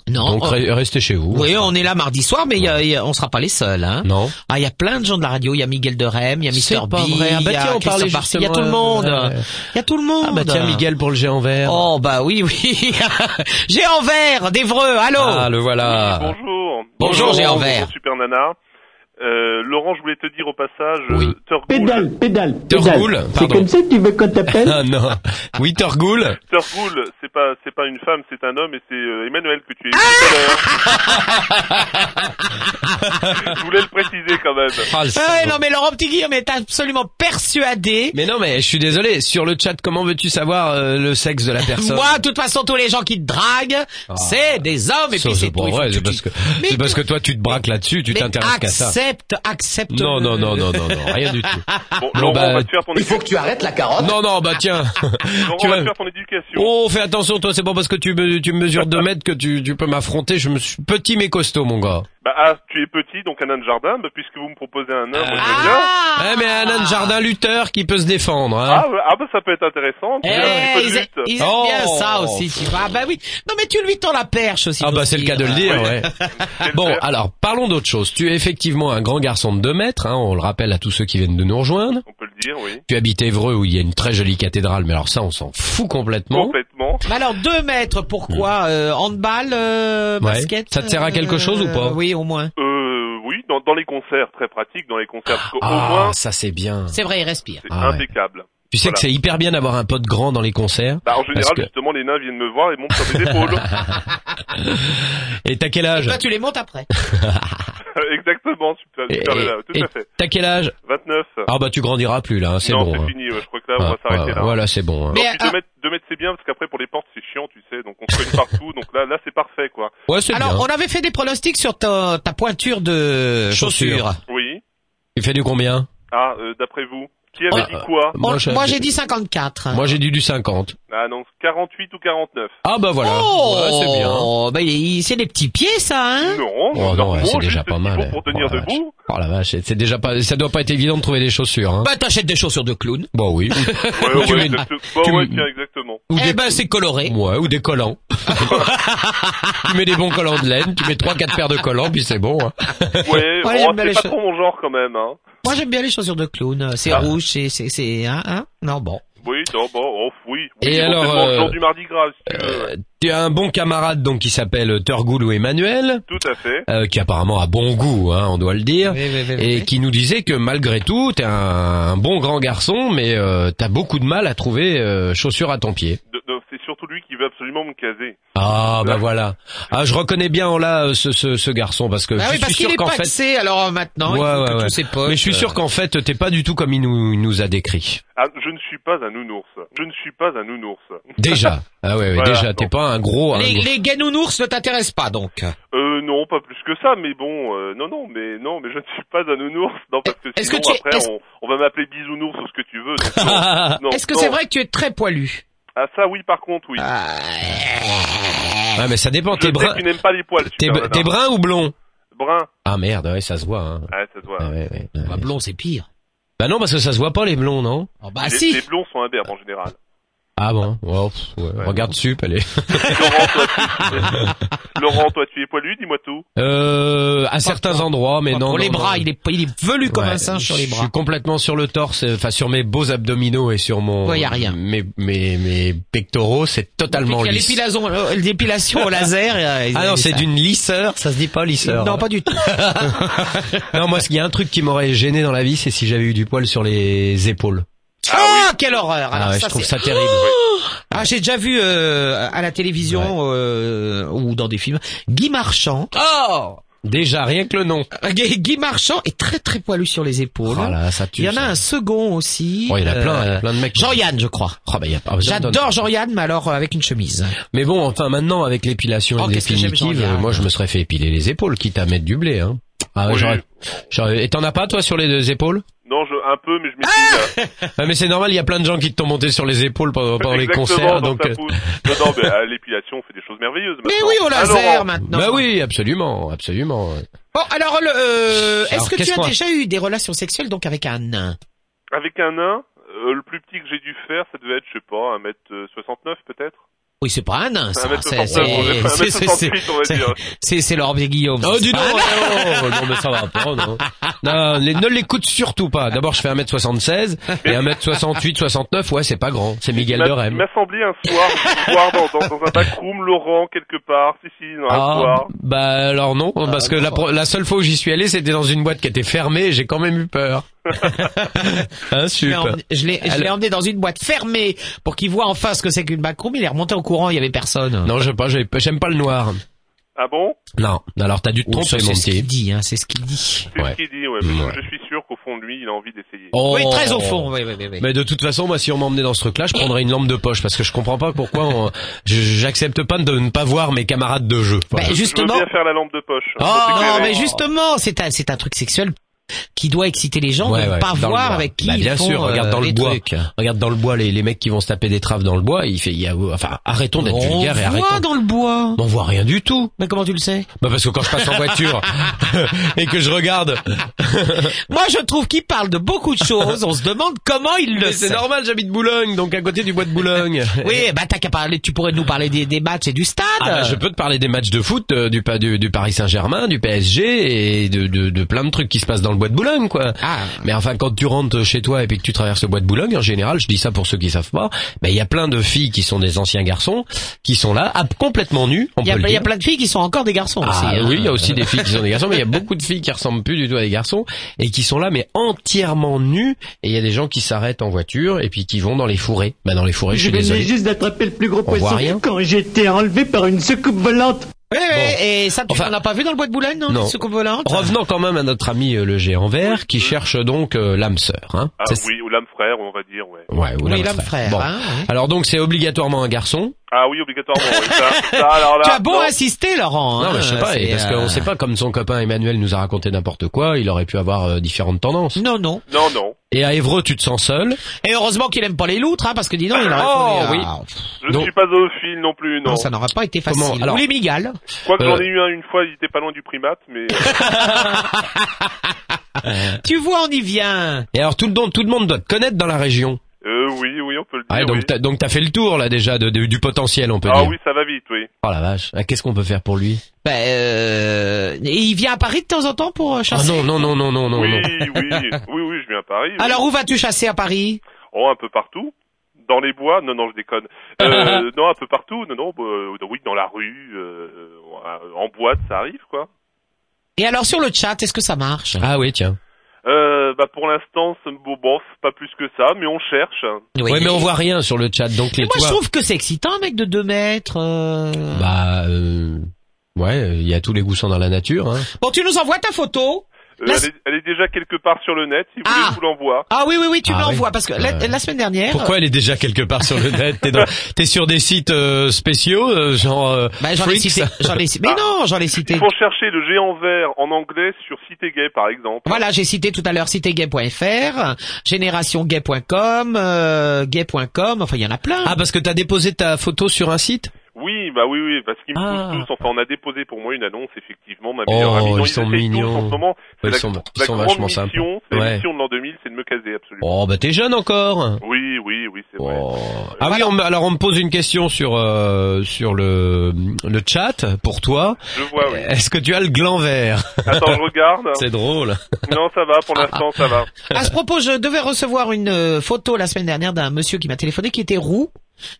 [SPEAKER 3] Non,
[SPEAKER 4] donc
[SPEAKER 3] on-
[SPEAKER 4] re- restez chez vous.
[SPEAKER 3] oui, on est là mardi soir, mais il y a- il y a- on sera pas les seuls. Hein.
[SPEAKER 4] Non.
[SPEAKER 3] Ah, il y a plein de gens de la radio, il y a Miguel de Rem, il y a
[SPEAKER 4] C'est
[SPEAKER 3] Mister B,
[SPEAKER 4] pas vrai. Ah bah
[SPEAKER 3] il y
[SPEAKER 4] tiens,
[SPEAKER 3] a
[SPEAKER 4] on parlait
[SPEAKER 3] Christophe Barcy, il y a tout le
[SPEAKER 4] justement,
[SPEAKER 3] monde.
[SPEAKER 4] euh,
[SPEAKER 3] Il y a tout le monde.
[SPEAKER 4] Ah bah tiens, Miguel pour le géant vert.
[SPEAKER 3] Oh bah oui, oui. Géant vert, d'Evreux, allô
[SPEAKER 4] Ah le voilà.
[SPEAKER 6] Bonjour.
[SPEAKER 3] Bonjour, Géant Vert.
[SPEAKER 6] Super Nana. Euh, Laurent, je voulais te dire au passage,
[SPEAKER 4] Oui.
[SPEAKER 6] euh, Turgoul-
[SPEAKER 7] Pédale, pédale,
[SPEAKER 4] Turgoul,
[SPEAKER 7] pédale. C'est
[SPEAKER 4] pardon.
[SPEAKER 7] comme ça que tu veux qu'on t'appelle
[SPEAKER 4] Ah non. Oui, Torgoul.
[SPEAKER 6] Turgoul, c'est pas, c'est pas une femme, c'est un homme et c'est euh, Emmanuel que tu es. tout à l'heure. je voulais le préciser quand même.
[SPEAKER 4] Ah, le
[SPEAKER 3] Ah ouais,
[SPEAKER 4] salaud.
[SPEAKER 3] non mais Laurent Petit Guillaume est absolument persuadé.
[SPEAKER 4] Mais non, mais je suis désolé. Sur le chat, comment veux-tu savoir euh, le sexe de la personne
[SPEAKER 3] Moi, de toute façon, tous les gens qui te draguent, c'est des hommes et
[SPEAKER 4] Ah. Ça,
[SPEAKER 3] puis c'est
[SPEAKER 4] c'est
[SPEAKER 3] tout.
[SPEAKER 4] pas
[SPEAKER 3] ils font
[SPEAKER 4] vrai,
[SPEAKER 3] tout
[SPEAKER 4] c'est
[SPEAKER 3] de
[SPEAKER 4] parce que
[SPEAKER 3] suite. Mais
[SPEAKER 4] c'est parce
[SPEAKER 3] tout-
[SPEAKER 4] que toi tu te braques là-dessus, tu
[SPEAKER 3] mais
[SPEAKER 4] t'intéresses qu'à ça.
[SPEAKER 3] Accepte, accepte.
[SPEAKER 4] Non, non, non, non, non, non, rien du tout.
[SPEAKER 6] Bon,
[SPEAKER 4] Bon,
[SPEAKER 6] Laurent,
[SPEAKER 4] bah,
[SPEAKER 6] on va te faire ton,
[SPEAKER 1] Il faut
[SPEAKER 6] éducation.
[SPEAKER 1] que tu arrêtes la carotte.
[SPEAKER 4] Non, non, bah tiens.
[SPEAKER 6] Laurent,
[SPEAKER 4] tu
[SPEAKER 6] on va
[SPEAKER 4] vas-
[SPEAKER 6] te faire ton éducation.
[SPEAKER 4] Oh, fais attention, toi, c'est pas parce que tu, me- tu mesures 2 mètres que tu, tu peux m'affronter. Je me suis petit mais costaud, mon gars.
[SPEAKER 6] Bah, ah, tu es petit, donc un nain de jardin, bah, puisque vous me proposez un nain, moi je veux bien.
[SPEAKER 3] Ah
[SPEAKER 4] Ouais, Eh, mais un nain de jardin lutteur qui peut se défendre. Hein.
[SPEAKER 6] Ah, bah, ah, bah, ça peut être intéressant.
[SPEAKER 3] Eh,
[SPEAKER 6] Tu vois, un petit peu
[SPEAKER 3] ils,
[SPEAKER 6] de
[SPEAKER 3] a-
[SPEAKER 6] lutte.
[SPEAKER 3] ils aiment bien
[SPEAKER 4] Oh.
[SPEAKER 3] ça aussi, tu vois. Ah bah oui. Non mais tu lui tends la perche aussi.
[SPEAKER 4] Ah bah c'est le cas de le dire, ouais.
[SPEAKER 6] C'est le
[SPEAKER 4] Bon,
[SPEAKER 6] faire.
[SPEAKER 4] alors parlons d'autre chose. Tu es effectivement un grand garçon de 2 mètres, hein, on le rappelle à tous ceux qui viennent de nous rejoindre.
[SPEAKER 6] On peut le dire, oui.
[SPEAKER 4] Tu habites Évreux où il y a une très jolie cathédrale, mais alors ça on s'en fout complètement.
[SPEAKER 6] Complètement.
[SPEAKER 3] Mais Bah, alors deux mètres, pourquoi euh, Handball, euh,
[SPEAKER 4] Hmm. Ouais.
[SPEAKER 3] basket.
[SPEAKER 4] Ça te sert à quelque chose ou pas
[SPEAKER 3] Oui, au moins.
[SPEAKER 6] Euh, oui, dans, dans les concerts, très pratique, dans les concerts, parce qu'au au
[SPEAKER 4] Ah,
[SPEAKER 6] moins,
[SPEAKER 4] ça c'est bien.
[SPEAKER 3] C'est vrai, il respire.
[SPEAKER 6] c'est
[SPEAKER 4] Ah ouais.
[SPEAKER 6] impeccable.
[SPEAKER 4] Tu sais que
[SPEAKER 6] Voilà.
[SPEAKER 4] c'est hyper bien d'avoir un pote grand dans les concerts.
[SPEAKER 6] Bah, en général,
[SPEAKER 4] que-
[SPEAKER 6] justement, les nains viennent me voir et montent sur mes épaules.
[SPEAKER 4] Et t'as quel âge
[SPEAKER 3] Toi, tu les montes après.
[SPEAKER 6] Euh, Exactement, super,
[SPEAKER 4] Et-
[SPEAKER 6] super Nana, tout
[SPEAKER 4] et-
[SPEAKER 6] à fait.
[SPEAKER 4] T'as quel âge
[SPEAKER 6] 29.
[SPEAKER 4] Ah bah tu grandiras plus là, hein, c'est
[SPEAKER 6] non,
[SPEAKER 4] bon.
[SPEAKER 6] c'est
[SPEAKER 4] hein.
[SPEAKER 6] fini, ouais, je crois que là, on va
[SPEAKER 4] Ah,
[SPEAKER 6] s'arrêter
[SPEAKER 4] voilà,
[SPEAKER 6] là.
[SPEAKER 4] Voilà, c'est bon. hein.
[SPEAKER 3] Mais, euh,
[SPEAKER 6] Puis 2 mètres, deux mètres, c'est bien, parce qu'après, pour les portes, c'est chiant, tu sais, donc on se cogne partout, donc là, là, c'est parfait, quoi.
[SPEAKER 4] Ouais, c'est
[SPEAKER 3] alors,
[SPEAKER 4] bien. Euh,
[SPEAKER 3] on avait fait des pronostics sur ta, ta pointure de
[SPEAKER 4] Chaussures.
[SPEAKER 3] chaussures.
[SPEAKER 6] Oui.
[SPEAKER 4] Tu fais du combien
[SPEAKER 6] Ah, euh, d'après vous, qui
[SPEAKER 4] Ah,
[SPEAKER 6] avait
[SPEAKER 4] euh,
[SPEAKER 6] dit quoi
[SPEAKER 3] On-
[SPEAKER 4] j'ai-
[SPEAKER 3] moi, j'ai dit 54.
[SPEAKER 4] Moi j'ai dit du 50.
[SPEAKER 6] Ah non, 48 ou 49
[SPEAKER 4] Ah bah voilà. Ouais, c'est bien.
[SPEAKER 3] Oh, bah, il- c'est des petits pieds, ça, hein
[SPEAKER 6] Non,
[SPEAKER 4] Oh non,
[SPEAKER 6] non,
[SPEAKER 4] ouais,
[SPEAKER 6] bon,
[SPEAKER 4] c'est déjà
[SPEAKER 6] juste
[SPEAKER 4] pas
[SPEAKER 6] ce
[SPEAKER 4] mal.
[SPEAKER 6] qu'il faut pour tenir
[SPEAKER 4] Oh la
[SPEAKER 6] debout.
[SPEAKER 4] Oh la vache, c'est c'est déjà pas ça doit pas être évident de trouver des chaussures hein.
[SPEAKER 3] Bah, t'achètes des chaussures de clown.
[SPEAKER 4] Bah oui.
[SPEAKER 6] Ouais,
[SPEAKER 4] Tu
[SPEAKER 6] ouais,
[SPEAKER 4] mets-
[SPEAKER 6] exactement. Bon,
[SPEAKER 4] tu
[SPEAKER 6] ouais,
[SPEAKER 4] mets-
[SPEAKER 6] tiens, exactement.
[SPEAKER 4] Ou
[SPEAKER 3] eh
[SPEAKER 4] des
[SPEAKER 3] ben, c'est coloré.
[SPEAKER 4] Ouais, ou des collants. tu mets des bons collants de laine, tu mets trois quatre paires de collants puis c'est bon. hein.
[SPEAKER 6] Ouais,
[SPEAKER 3] Ouais,
[SPEAKER 6] oh,
[SPEAKER 3] mais les
[SPEAKER 6] c'est pas
[SPEAKER 3] che-
[SPEAKER 6] trop mon genre, quand même, hein.
[SPEAKER 3] Moi, j'aime bien les chaussures de clown. C'est
[SPEAKER 4] Ah.
[SPEAKER 3] rouge, c'est, c'est, c'est, hein, hein Non, bon.
[SPEAKER 6] Oui, non, bon, oh, oui. oui
[SPEAKER 4] Et
[SPEAKER 6] bon,
[SPEAKER 4] alors,
[SPEAKER 6] c'est bon, le
[SPEAKER 4] euh,
[SPEAKER 6] jour du mardi gras, si tu veux.
[SPEAKER 4] Euh, tu as un bon camarade donc qui s'appelle Turgoul ou Emmanuel
[SPEAKER 6] Tout à fait.
[SPEAKER 4] euh, qui apparemment a bon goût hein, on doit le dire. et qui nous disait que malgré tout, t'es un, un bon grand garçon, mais euh, t'as beaucoup de mal à trouver euh, chaussures à ton pied.
[SPEAKER 6] De- de- C'est surtout lui qui qui veut absolument me caser.
[SPEAKER 4] Ah bah voilà. Ah je reconnais bien oh là euh, ce, ce, ce garçon parce que
[SPEAKER 3] Ah
[SPEAKER 4] je
[SPEAKER 3] oui,
[SPEAKER 4] suis
[SPEAKER 3] parce qu'il
[SPEAKER 4] sûr
[SPEAKER 3] est
[SPEAKER 4] qu'en fait.
[SPEAKER 3] paxé, alors euh, maintenant, il
[SPEAKER 4] Ouais,
[SPEAKER 3] faut
[SPEAKER 4] ouais,
[SPEAKER 3] que
[SPEAKER 4] ouais.
[SPEAKER 3] tous ses potes... euh,
[SPEAKER 4] Mais je suis sûr qu'en fait t'es pas du tout comme il nous, il nous a décrit.
[SPEAKER 6] Ah, je ne suis pas un nounours. Je ne suis pas un nounours.
[SPEAKER 4] Déjà. Ah ouais, ouais,
[SPEAKER 6] Voilà.
[SPEAKER 4] déjà t'es pas un gros.
[SPEAKER 3] euh,
[SPEAKER 4] un
[SPEAKER 3] Les,
[SPEAKER 4] gros-
[SPEAKER 3] les gays nounours ne t'intéressent pas, donc.
[SPEAKER 6] Euh, non, pas plus que ça, mais bon, euh, non, non, mais non, mais je ne suis pas un nounours. Non, parce que
[SPEAKER 3] Est-ce
[SPEAKER 6] sinon,
[SPEAKER 3] que tu es-
[SPEAKER 6] après,
[SPEAKER 3] est-ce-
[SPEAKER 6] on, on va m'appeler bisounours ou ce que tu veux. donc non. Non,
[SPEAKER 3] Est-ce que
[SPEAKER 6] non.
[SPEAKER 3] c'est vrai que tu es très poilu
[SPEAKER 6] Ah, ça, oui, par contre, oui.
[SPEAKER 4] Ah mais ça dépend.
[SPEAKER 6] je
[SPEAKER 4] T'es
[SPEAKER 6] sais
[SPEAKER 4] brun.
[SPEAKER 6] que tu n'aimes pas les poils.
[SPEAKER 4] T'es
[SPEAKER 6] super,
[SPEAKER 4] t'es
[SPEAKER 6] nana.
[SPEAKER 4] brun ou blond
[SPEAKER 6] Brun.
[SPEAKER 4] Ah merde, ouais ça se voit. Hein.
[SPEAKER 6] Ah, ça se voit.
[SPEAKER 4] Ah ouais, ouais, ouais.
[SPEAKER 3] Bah, Blond, c'est pire.
[SPEAKER 4] Bah non parce que ça se voit pas les blonds non
[SPEAKER 3] Oh, bah
[SPEAKER 6] les,
[SPEAKER 3] si
[SPEAKER 6] les blonds sont imberbes en général.
[SPEAKER 4] Ah bon. Oh, pff, ouais. Regarde sup allez.
[SPEAKER 6] Laurent, toi, tu... Laurent, toi, tu es poilu, dis-moi tout.
[SPEAKER 4] Euh, à certains endroits mais
[SPEAKER 3] Enfin,
[SPEAKER 4] non.
[SPEAKER 3] Pour les
[SPEAKER 4] non,
[SPEAKER 3] bras,
[SPEAKER 4] non.
[SPEAKER 3] Il, est, il est velu comme
[SPEAKER 4] Ouais,
[SPEAKER 3] un singe sur les
[SPEAKER 4] Je
[SPEAKER 3] bras.
[SPEAKER 4] suis complètement sur le torse, euh, enfin sur mes beaux abdominaux et sur mon
[SPEAKER 3] Ouais, y a rien.
[SPEAKER 4] Mes mes mes pectoraux, c'est totalement
[SPEAKER 3] Il y a
[SPEAKER 4] lisse.
[SPEAKER 3] l'épilation, euh, l'épilation au laser. et, euh,
[SPEAKER 4] Ah non,
[SPEAKER 3] et
[SPEAKER 4] c'est
[SPEAKER 3] ça.
[SPEAKER 4] d'une lisseur, ça se dit pas lisseur.
[SPEAKER 3] Non, pas du
[SPEAKER 6] Ah
[SPEAKER 3] tout.
[SPEAKER 4] Non, moi, il y a un truc qui m'aurait gêné dans la vie, c'est si j'avais eu du poil sur les épaules.
[SPEAKER 3] Ah, quelle horreur
[SPEAKER 4] Ah,
[SPEAKER 3] Alors,
[SPEAKER 4] ouais,
[SPEAKER 3] ça,
[SPEAKER 4] je trouve
[SPEAKER 3] c'est-
[SPEAKER 4] ça terrible.
[SPEAKER 3] Ah, j'ai déjà vu euh, à la télévision euh, ou dans des films Guy Marchand. Oh
[SPEAKER 4] Déjà, rien que le nom.
[SPEAKER 6] Ah.
[SPEAKER 3] Guy Guy Marchand est très très poilu sur les épaules.
[SPEAKER 4] Oh là, ça tue,
[SPEAKER 3] il y en a
[SPEAKER 4] ça.
[SPEAKER 3] un second aussi.
[SPEAKER 4] Oh, il y en a plein,
[SPEAKER 3] Euh,
[SPEAKER 4] il y a plein de mecs.
[SPEAKER 3] Jean-Yann, je crois.
[SPEAKER 4] Oh, bah, il y a pas-
[SPEAKER 3] J'adore Jean-Yann, mais alors euh, avec une chemise.
[SPEAKER 4] Mais bon, enfin, maintenant, avec l'épilation
[SPEAKER 3] Oh, qu'est-ce que j'aime
[SPEAKER 4] définitive,
[SPEAKER 3] Jean-Yann.
[SPEAKER 4] euh, moi, je me serais fait épiler les épaules, quitte à mettre du blé, hein. Ah,
[SPEAKER 6] Oui.
[SPEAKER 4] j'aurais- j'aurais- Et t'en as pas, toi, sur les deux épaules
[SPEAKER 6] Non, je, un peu, mais je m'étire.
[SPEAKER 4] Ah, mais c'est normal, il y a plein de gens qui te t'ont monté sur les épaules pendant, Ah, pendant les
[SPEAKER 6] Exactement,
[SPEAKER 4] concerts,
[SPEAKER 6] dans
[SPEAKER 4] donc...
[SPEAKER 6] ta
[SPEAKER 4] euh,
[SPEAKER 6] pousse. Non, non, mais à l'épilation, on fait des choses merveilleuses.
[SPEAKER 3] Mais
[SPEAKER 6] maintenant.
[SPEAKER 3] oui, au
[SPEAKER 6] Ah,
[SPEAKER 3] laser
[SPEAKER 6] Laurent,
[SPEAKER 3] maintenant.
[SPEAKER 4] Bah oui, absolument, absolument.
[SPEAKER 3] Bon, alors, le, euh,
[SPEAKER 4] Alors,
[SPEAKER 3] est-ce que tu
[SPEAKER 4] qu'est-ce
[SPEAKER 3] as
[SPEAKER 4] qu'on a-
[SPEAKER 3] déjà eu des relations sexuelles donc avec un nain
[SPEAKER 6] Avec un nain, euh, le plus petit que j'ai dû faire, ça devait être, je sais pas, 1m69 peut-être
[SPEAKER 3] Oui, c'est pas un nain, ça. Ah, C'est
[SPEAKER 6] 1m69, on est-
[SPEAKER 3] c'est- c'est- c'est-
[SPEAKER 6] 1m68, on va
[SPEAKER 3] c'est-
[SPEAKER 6] dire.
[SPEAKER 3] c'est c'est Laurent et Guillaume.
[SPEAKER 4] Oh,
[SPEAKER 3] C'est
[SPEAKER 4] dis donc,
[SPEAKER 3] pas un nain.
[SPEAKER 4] non, non, mais ça va pas, non. Non, les- ne l'écoute surtout pas. D'abord, je fais 1m76, et 1m68, 69, ouais, c'est pas grand. C'est Miguel
[SPEAKER 6] Il
[SPEAKER 4] de
[SPEAKER 6] m'a- Il
[SPEAKER 4] Rem.
[SPEAKER 6] m'a semblé un soir, un soir dans, dans, dans un backroom, Laurent, quelque part, si, si, dans un
[SPEAKER 4] Ah,
[SPEAKER 6] soir.
[SPEAKER 4] bah alors non, parce que
[SPEAKER 3] Ah, non.
[SPEAKER 4] la, pro- la seule fois où j'y suis allé, c'était dans une boîte qui était fermée, et j'ai quand même eu peur. hein,
[SPEAKER 3] Je l'ai
[SPEAKER 4] super.
[SPEAKER 3] emmené- Je l'ai je l'ai emmené dans une boîte fermée pour qu'il voit enfin ce que c'est qu'une backroom. Il est remonté au courant, il y avait personne.
[SPEAKER 4] Non, je sais pas, j'ai- j'aime pas le noir.
[SPEAKER 6] Ah bon
[SPEAKER 4] Non, alors t'as dû te
[SPEAKER 3] Oh, ça,
[SPEAKER 4] tromper, mon
[SPEAKER 3] c'est ce qu'il
[SPEAKER 4] petit.
[SPEAKER 3] dit, hein, c'est ce qu'il dit.
[SPEAKER 6] C'est
[SPEAKER 4] Ouais.
[SPEAKER 6] ce qu'il dit, ouais. mais Je suis sûr qu'au fond de lui, il a envie d'essayer.
[SPEAKER 4] Oh.
[SPEAKER 3] Oui, très au fond. Oui, oui, oui, oui.
[SPEAKER 4] Mais de toute façon, moi, si on m'emmenait dans ce truc-là, je prendrais une lampe de poche parce que je comprends pas pourquoi on... je- j'accepte pas de ne pas voir mes camarades de jeu. Voilà.
[SPEAKER 3] Bah,
[SPEAKER 6] Je
[SPEAKER 3] justement, Ah,
[SPEAKER 6] veux bien faire la lampe de poche.
[SPEAKER 4] Oh,
[SPEAKER 6] hein, Pour t'éclairer.
[SPEAKER 3] non, mais justement, c'est un, c'est un truc sexuel qui doit exciter les gens,
[SPEAKER 4] Ouais,
[SPEAKER 3] de ne
[SPEAKER 4] ouais,
[SPEAKER 3] pas
[SPEAKER 4] dans le
[SPEAKER 3] voir
[SPEAKER 4] bois.
[SPEAKER 3] avec qui
[SPEAKER 4] Bah,
[SPEAKER 3] ils
[SPEAKER 4] bien
[SPEAKER 3] font,
[SPEAKER 4] sûr,
[SPEAKER 3] euh,
[SPEAKER 4] regarde dans le
[SPEAKER 3] les
[SPEAKER 4] bois.
[SPEAKER 3] trucs.
[SPEAKER 4] Regarde dans le bois les, les mecs qui vont se taper des traves dans le bois, il fait il y a enfin arrêtons d'être
[SPEAKER 3] On
[SPEAKER 4] vulgaires et
[SPEAKER 3] voit
[SPEAKER 4] arrêtons.
[SPEAKER 3] dans le bois.
[SPEAKER 4] On voit rien du tout.
[SPEAKER 3] Mais comment tu le sais
[SPEAKER 4] Bah parce que quand je passe en voiture et que je regarde,
[SPEAKER 3] Moi, je trouve qu'il parle de beaucoup de choses. On se demande comment il le
[SPEAKER 4] Mais
[SPEAKER 3] sait.
[SPEAKER 4] c'est normal, j'habite Boulogne, donc à côté du bois de Boulogne.
[SPEAKER 3] Oui, bah t'as qu'à parler. Tu pourrais nous parler des, des matchs et du stade.
[SPEAKER 4] Ah bah, je peux te parler des matchs de foot euh, du, pa- du, du Paris Saint-Germain, du PSG et de, de, de plein de trucs qui se passent dans le bois de Boulogne quoi.
[SPEAKER 3] Ah.
[SPEAKER 4] Mais enfin quand tu rentres chez toi et puis que tu traverses le bois de Boulogne en général, je dis ça pour ceux qui savent pas, bah, il y a plein de filles qui sont des anciens garçons qui sont là ah, complètement nues, on
[SPEAKER 3] Il y, a,
[SPEAKER 4] peut le
[SPEAKER 3] il y a
[SPEAKER 4] dire.
[SPEAKER 3] plein de filles qui sont encore des garçons aussi.
[SPEAKER 4] Ah,
[SPEAKER 3] hein.
[SPEAKER 4] oui, il y a aussi des filles qui sont des garçons, mais il y a beaucoup de filles qui ressemblent plus du tout à des garçons et qui sont là mais entièrement nues et il y a des gens qui s'arrêtent en voiture et puis qui vont dans les fourrés. Bah dans les fourrés, je
[SPEAKER 7] Je
[SPEAKER 4] suis
[SPEAKER 7] venais
[SPEAKER 4] désolé.
[SPEAKER 7] juste d'attraper le plus gros
[SPEAKER 4] voit
[SPEAKER 7] poisson
[SPEAKER 4] rien.
[SPEAKER 7] quand j'ai été enlevé par une soucoupe volante.
[SPEAKER 3] Oui, oui,
[SPEAKER 4] Bon.
[SPEAKER 3] Et ça, tu
[SPEAKER 4] Enfin-
[SPEAKER 3] on n'a pas vu dans le bois de Boulogne, non,
[SPEAKER 4] Non.
[SPEAKER 3] Ce qu'on volante.
[SPEAKER 4] Revenons quand même à notre ami euh, le géant vert
[SPEAKER 3] Hein.
[SPEAKER 4] qui cherche donc euh, l'âme sœur hein.
[SPEAKER 6] Ah
[SPEAKER 4] C'est-
[SPEAKER 6] oui, ou l'âme frère, on va dire, ouais.
[SPEAKER 4] Ouais, ou
[SPEAKER 3] Oui,
[SPEAKER 4] l'âme
[SPEAKER 3] l'homme
[SPEAKER 4] frère.
[SPEAKER 3] frère.
[SPEAKER 4] Bon.
[SPEAKER 3] hein, oui.
[SPEAKER 4] Alors donc c'est obligatoirement un garçon.
[SPEAKER 6] Ah oui, obligatoirement, oui. Ça, ça, alors là.
[SPEAKER 3] Tu as beau
[SPEAKER 6] non.
[SPEAKER 3] assister, Laurent.
[SPEAKER 4] Bah, non,
[SPEAKER 3] hein,
[SPEAKER 4] mais je sais pas,
[SPEAKER 3] c'est,
[SPEAKER 4] et parce qu'on
[SPEAKER 3] euh,
[SPEAKER 4] sait pas comme son copain Emmanuel nous a raconté n'importe quoi, il aurait pu avoir euh, différentes tendances.
[SPEAKER 3] Non, non.
[SPEAKER 6] Non, non.
[SPEAKER 4] Et à Évreux, tu te sens seul.
[SPEAKER 3] Et heureusement qu'il aime pas les loutres, hein, parce que dis donc, il aurait
[SPEAKER 4] Oh,
[SPEAKER 3] répondu,
[SPEAKER 4] oui.
[SPEAKER 3] ah,
[SPEAKER 6] Je ne
[SPEAKER 4] Non.
[SPEAKER 6] suis pas zoophile non plus, non.
[SPEAKER 3] non, ça n'aurait pas été facile.
[SPEAKER 4] Comment Alors-
[SPEAKER 3] Ou les migales.
[SPEAKER 6] Quoique
[SPEAKER 4] Euh.
[SPEAKER 6] j'en ai eu un une fois, il était pas loin du primate, mais.
[SPEAKER 4] Hein.
[SPEAKER 3] Tu vois, on y vient.
[SPEAKER 4] Et alors tout le monde, tout le monde doit te connaître dans la région.
[SPEAKER 6] Euh, oui, oui, on peut le dire.
[SPEAKER 4] Ouais,
[SPEAKER 6] oui.
[SPEAKER 4] Ah, donc t'as, donc t'as fait le tour là déjà de, de- du potentiel, on peut
[SPEAKER 6] Ah
[SPEAKER 4] dire.
[SPEAKER 6] oui, ça va vite, oui.
[SPEAKER 4] Oh la vache, Ah, qu'est-ce qu'on peut faire pour lui
[SPEAKER 3] Ben, euh, et il vient à Paris de temps en temps pour euh,
[SPEAKER 4] Ah
[SPEAKER 3] chasser.
[SPEAKER 4] non non non non non non.
[SPEAKER 6] oui,
[SPEAKER 4] non.
[SPEAKER 6] oui, oui, oui, je viens à Paris.
[SPEAKER 4] Oh.
[SPEAKER 6] oui.
[SPEAKER 3] Alors où vas-tu chasser à Paris
[SPEAKER 6] Oh, un peu partout. Dans les bois Non, non, je déconne. Euh, non, un peu partout. Non, non, bah, euh, oui, dans la rue, euh, en boîte, ça arrive, quoi.
[SPEAKER 3] Et alors sur le chat, est-ce que ça marche
[SPEAKER 4] Ah oui tiens.
[SPEAKER 6] Euh, euh, bah, pour l'instant, c'est- bon, bon, c'est pas plus que ça, mais on cherche. hein.
[SPEAKER 3] Oui.
[SPEAKER 4] Ouais, mais on voit rien sur le chat, donc
[SPEAKER 3] Mais
[SPEAKER 4] les
[SPEAKER 3] moi, je
[SPEAKER 4] toits-
[SPEAKER 3] trouve que c'est excitant, un mec de 2 mètres. euh.
[SPEAKER 4] Bah, euh, ouais, il y a tous les goussins dans la nature. Hein.
[SPEAKER 3] Bon, tu nous envoies ta photo.
[SPEAKER 6] Euh,
[SPEAKER 3] La-
[SPEAKER 6] elle, est, elle est déjà quelque part sur le net, si vous
[SPEAKER 3] Ah.
[SPEAKER 6] voulez, je vous l'envoie.
[SPEAKER 3] Ah oui, oui, oui, tu
[SPEAKER 4] Ah
[SPEAKER 3] me
[SPEAKER 4] oui.
[SPEAKER 3] l'envoies parce que la,
[SPEAKER 4] Euh.
[SPEAKER 3] la semaine dernière.
[SPEAKER 4] Pourquoi elle est déjà quelque part sur le net T'es dans- t'es sur des sites euh, spéciaux, euh, genre euh,
[SPEAKER 3] Bah, j'en ai
[SPEAKER 4] Freaks
[SPEAKER 3] cité, j'en ai cité- Mais
[SPEAKER 6] Ah.
[SPEAKER 3] non, j'en ai
[SPEAKER 6] Il
[SPEAKER 3] cité.
[SPEAKER 6] faut chercher le géant vert en anglais sur Cité Gay, par exemple.
[SPEAKER 3] Voilà, j'ai cité tout à l'heure citegay.fr, générationgay.com, euh, gay.com, enfin il y en a plein.
[SPEAKER 4] Ah, parce que t'as déposé ta photo sur un site
[SPEAKER 6] Oui, bah oui, oui, parce qu'ils me
[SPEAKER 4] Ah.
[SPEAKER 6] poussent tous. Enfin, on a déposé pour moi une annonce, effectivement, ma
[SPEAKER 4] Oh,
[SPEAKER 6] meilleure amie. Non,
[SPEAKER 4] ils
[SPEAKER 6] essayent
[SPEAKER 4] sont
[SPEAKER 6] tous
[SPEAKER 4] mignons.
[SPEAKER 6] En ce moment, c'est
[SPEAKER 4] Ils
[SPEAKER 6] la,
[SPEAKER 4] sont- ils
[SPEAKER 6] la
[SPEAKER 4] sont
[SPEAKER 6] grande
[SPEAKER 4] vachement
[SPEAKER 6] mission,
[SPEAKER 4] sympas.
[SPEAKER 6] c'est
[SPEAKER 4] Ouais.
[SPEAKER 6] la mission de l'an 2000, c'est de me caser, absolument.
[SPEAKER 4] Oh, bah t'es jeune encore
[SPEAKER 6] Oui, oui, oui, c'est vrai.
[SPEAKER 4] Oh. Ah oui, on me- alors on me pose une question sur euh, sur le le chat pour toi.
[SPEAKER 6] Je vois, oui.
[SPEAKER 4] Est-ce que tu as le gland vert
[SPEAKER 6] Attends, je regarde.
[SPEAKER 4] C'est Ah. drôle.
[SPEAKER 6] Non, ça va, pour l'instant, ça va.
[SPEAKER 3] À ce propos, je devais recevoir une euh, photo la semaine dernière d'un monsieur qui m'a téléphoné qui était roux.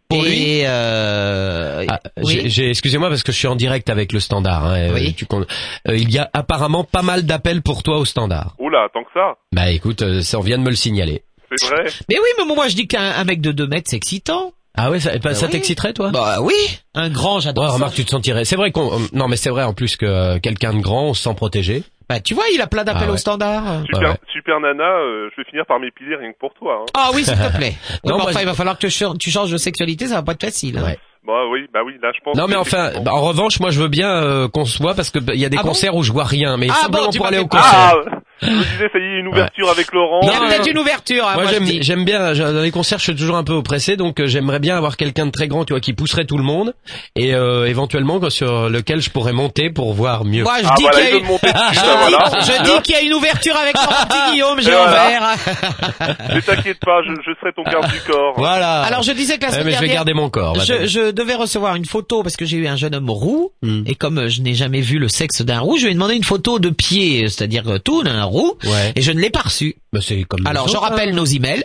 [SPEAKER 4] Pour
[SPEAKER 3] et
[SPEAKER 4] lui
[SPEAKER 3] euh,
[SPEAKER 4] Ah,
[SPEAKER 3] oui.
[SPEAKER 4] j'ai- j'ai- Excusez-moi parce que je suis en direct avec le standard. hein, euh,
[SPEAKER 3] Oui.
[SPEAKER 4] tu con- euh, il y a apparemment pas mal d'appels pour toi au standard.
[SPEAKER 6] Oula, tant que ça.
[SPEAKER 4] Bah écoute, euh, ça, on vient de me le signaler.
[SPEAKER 6] C'est vrai.
[SPEAKER 3] Mais oui, mais moi je dis qu'un un mec de 2 mètres c'est excitant.
[SPEAKER 4] Ah ouais, ça, bah,
[SPEAKER 3] Bah
[SPEAKER 4] ça
[SPEAKER 3] oui.
[SPEAKER 4] t'exciterait toi
[SPEAKER 3] Bah oui, un grand
[SPEAKER 4] Ouais,
[SPEAKER 3] j'adore ça.
[SPEAKER 4] remarque, tu te sentirais. C'est vrai qu'on. euh, Non, mais c'est vrai en plus que euh, quelqu'un de grand, on se sent protégé.
[SPEAKER 3] Bah tu vois, il a plein d'appels
[SPEAKER 4] Ah ouais.
[SPEAKER 3] au standard.
[SPEAKER 6] Super,
[SPEAKER 4] ouais.
[SPEAKER 6] super Nana, euh, je vais finir par m'épiler rien que pour toi. Hein.
[SPEAKER 3] Ah oui, s'il te plaît. Ouais,
[SPEAKER 4] Non,
[SPEAKER 3] mais
[SPEAKER 4] moi,
[SPEAKER 3] enfin,
[SPEAKER 4] je-
[SPEAKER 3] il va falloir que tu ch- tu changes de sexualité, ça va pas être facile. hein.
[SPEAKER 4] Ouais.
[SPEAKER 6] Bah oui, bah oui, là je pense.
[SPEAKER 4] Non, mais
[SPEAKER 6] que
[SPEAKER 4] enfin,
[SPEAKER 6] c'est-
[SPEAKER 4] bah, en revanche, moi, je veux bien euh, qu'on se voit parce que bah, il y a des
[SPEAKER 3] Ah bon
[SPEAKER 4] concerts où je vois rien, mais
[SPEAKER 3] Ah
[SPEAKER 4] simplement
[SPEAKER 3] bon, tu
[SPEAKER 4] pour
[SPEAKER 3] vas
[SPEAKER 4] aller au
[SPEAKER 3] faire-
[SPEAKER 4] concert.
[SPEAKER 6] Ah, je me disais, ça y est, une ouverture avec Laurent.
[SPEAKER 3] Il y a
[SPEAKER 4] Non,
[SPEAKER 3] peut-être
[SPEAKER 4] non.
[SPEAKER 3] une ouverture, hein,
[SPEAKER 4] moi,
[SPEAKER 3] moi, je
[SPEAKER 4] j'aime,
[SPEAKER 3] dis.
[SPEAKER 4] j'aime bien. je- Dans les concerts, je suis toujours un peu oppressé, donc euh, j'aimerais bien avoir quelqu'un de très grand, tu vois, qui pousserait tout le monde et euh, éventuellement quoi, sur lequel je pourrais monter pour voir mieux.
[SPEAKER 3] Moi, je
[SPEAKER 6] Ah
[SPEAKER 3] dis
[SPEAKER 6] voilà,
[SPEAKER 3] qu'il y a
[SPEAKER 6] il veut
[SPEAKER 3] une-
[SPEAKER 6] me monter dessus,
[SPEAKER 3] Je
[SPEAKER 6] ça, Ah, voilà.
[SPEAKER 3] dis, Ah, je dis qu'il y a une ouverture avec mon petit Guillaume, j'ai
[SPEAKER 6] Et voilà.
[SPEAKER 3] ouvert.
[SPEAKER 6] Ne t'inquiète pas, je, je serai ton garde du corps.
[SPEAKER 4] Voilà.
[SPEAKER 3] Alors je disais que la
[SPEAKER 4] Ouais,
[SPEAKER 3] semaine
[SPEAKER 4] Eh, mais je vais
[SPEAKER 3] dernière,
[SPEAKER 4] garder mon corps. maintenant.
[SPEAKER 3] je, je devais recevoir une photo parce que j'ai eu un jeune homme roux
[SPEAKER 4] Hmm.
[SPEAKER 3] et comme euh, je n'ai jamais vu le sexe d'un roux, je lui ai demandé une photo de pied, c'est-à-dire euh, tout d'un roux.
[SPEAKER 4] Ouais.
[SPEAKER 3] Et je ne l'ai pas reçu.
[SPEAKER 4] Bah, c'est comme. les
[SPEAKER 3] Alors, je
[SPEAKER 4] autres,
[SPEAKER 3] rappelle
[SPEAKER 4] hein.
[SPEAKER 3] nos emails,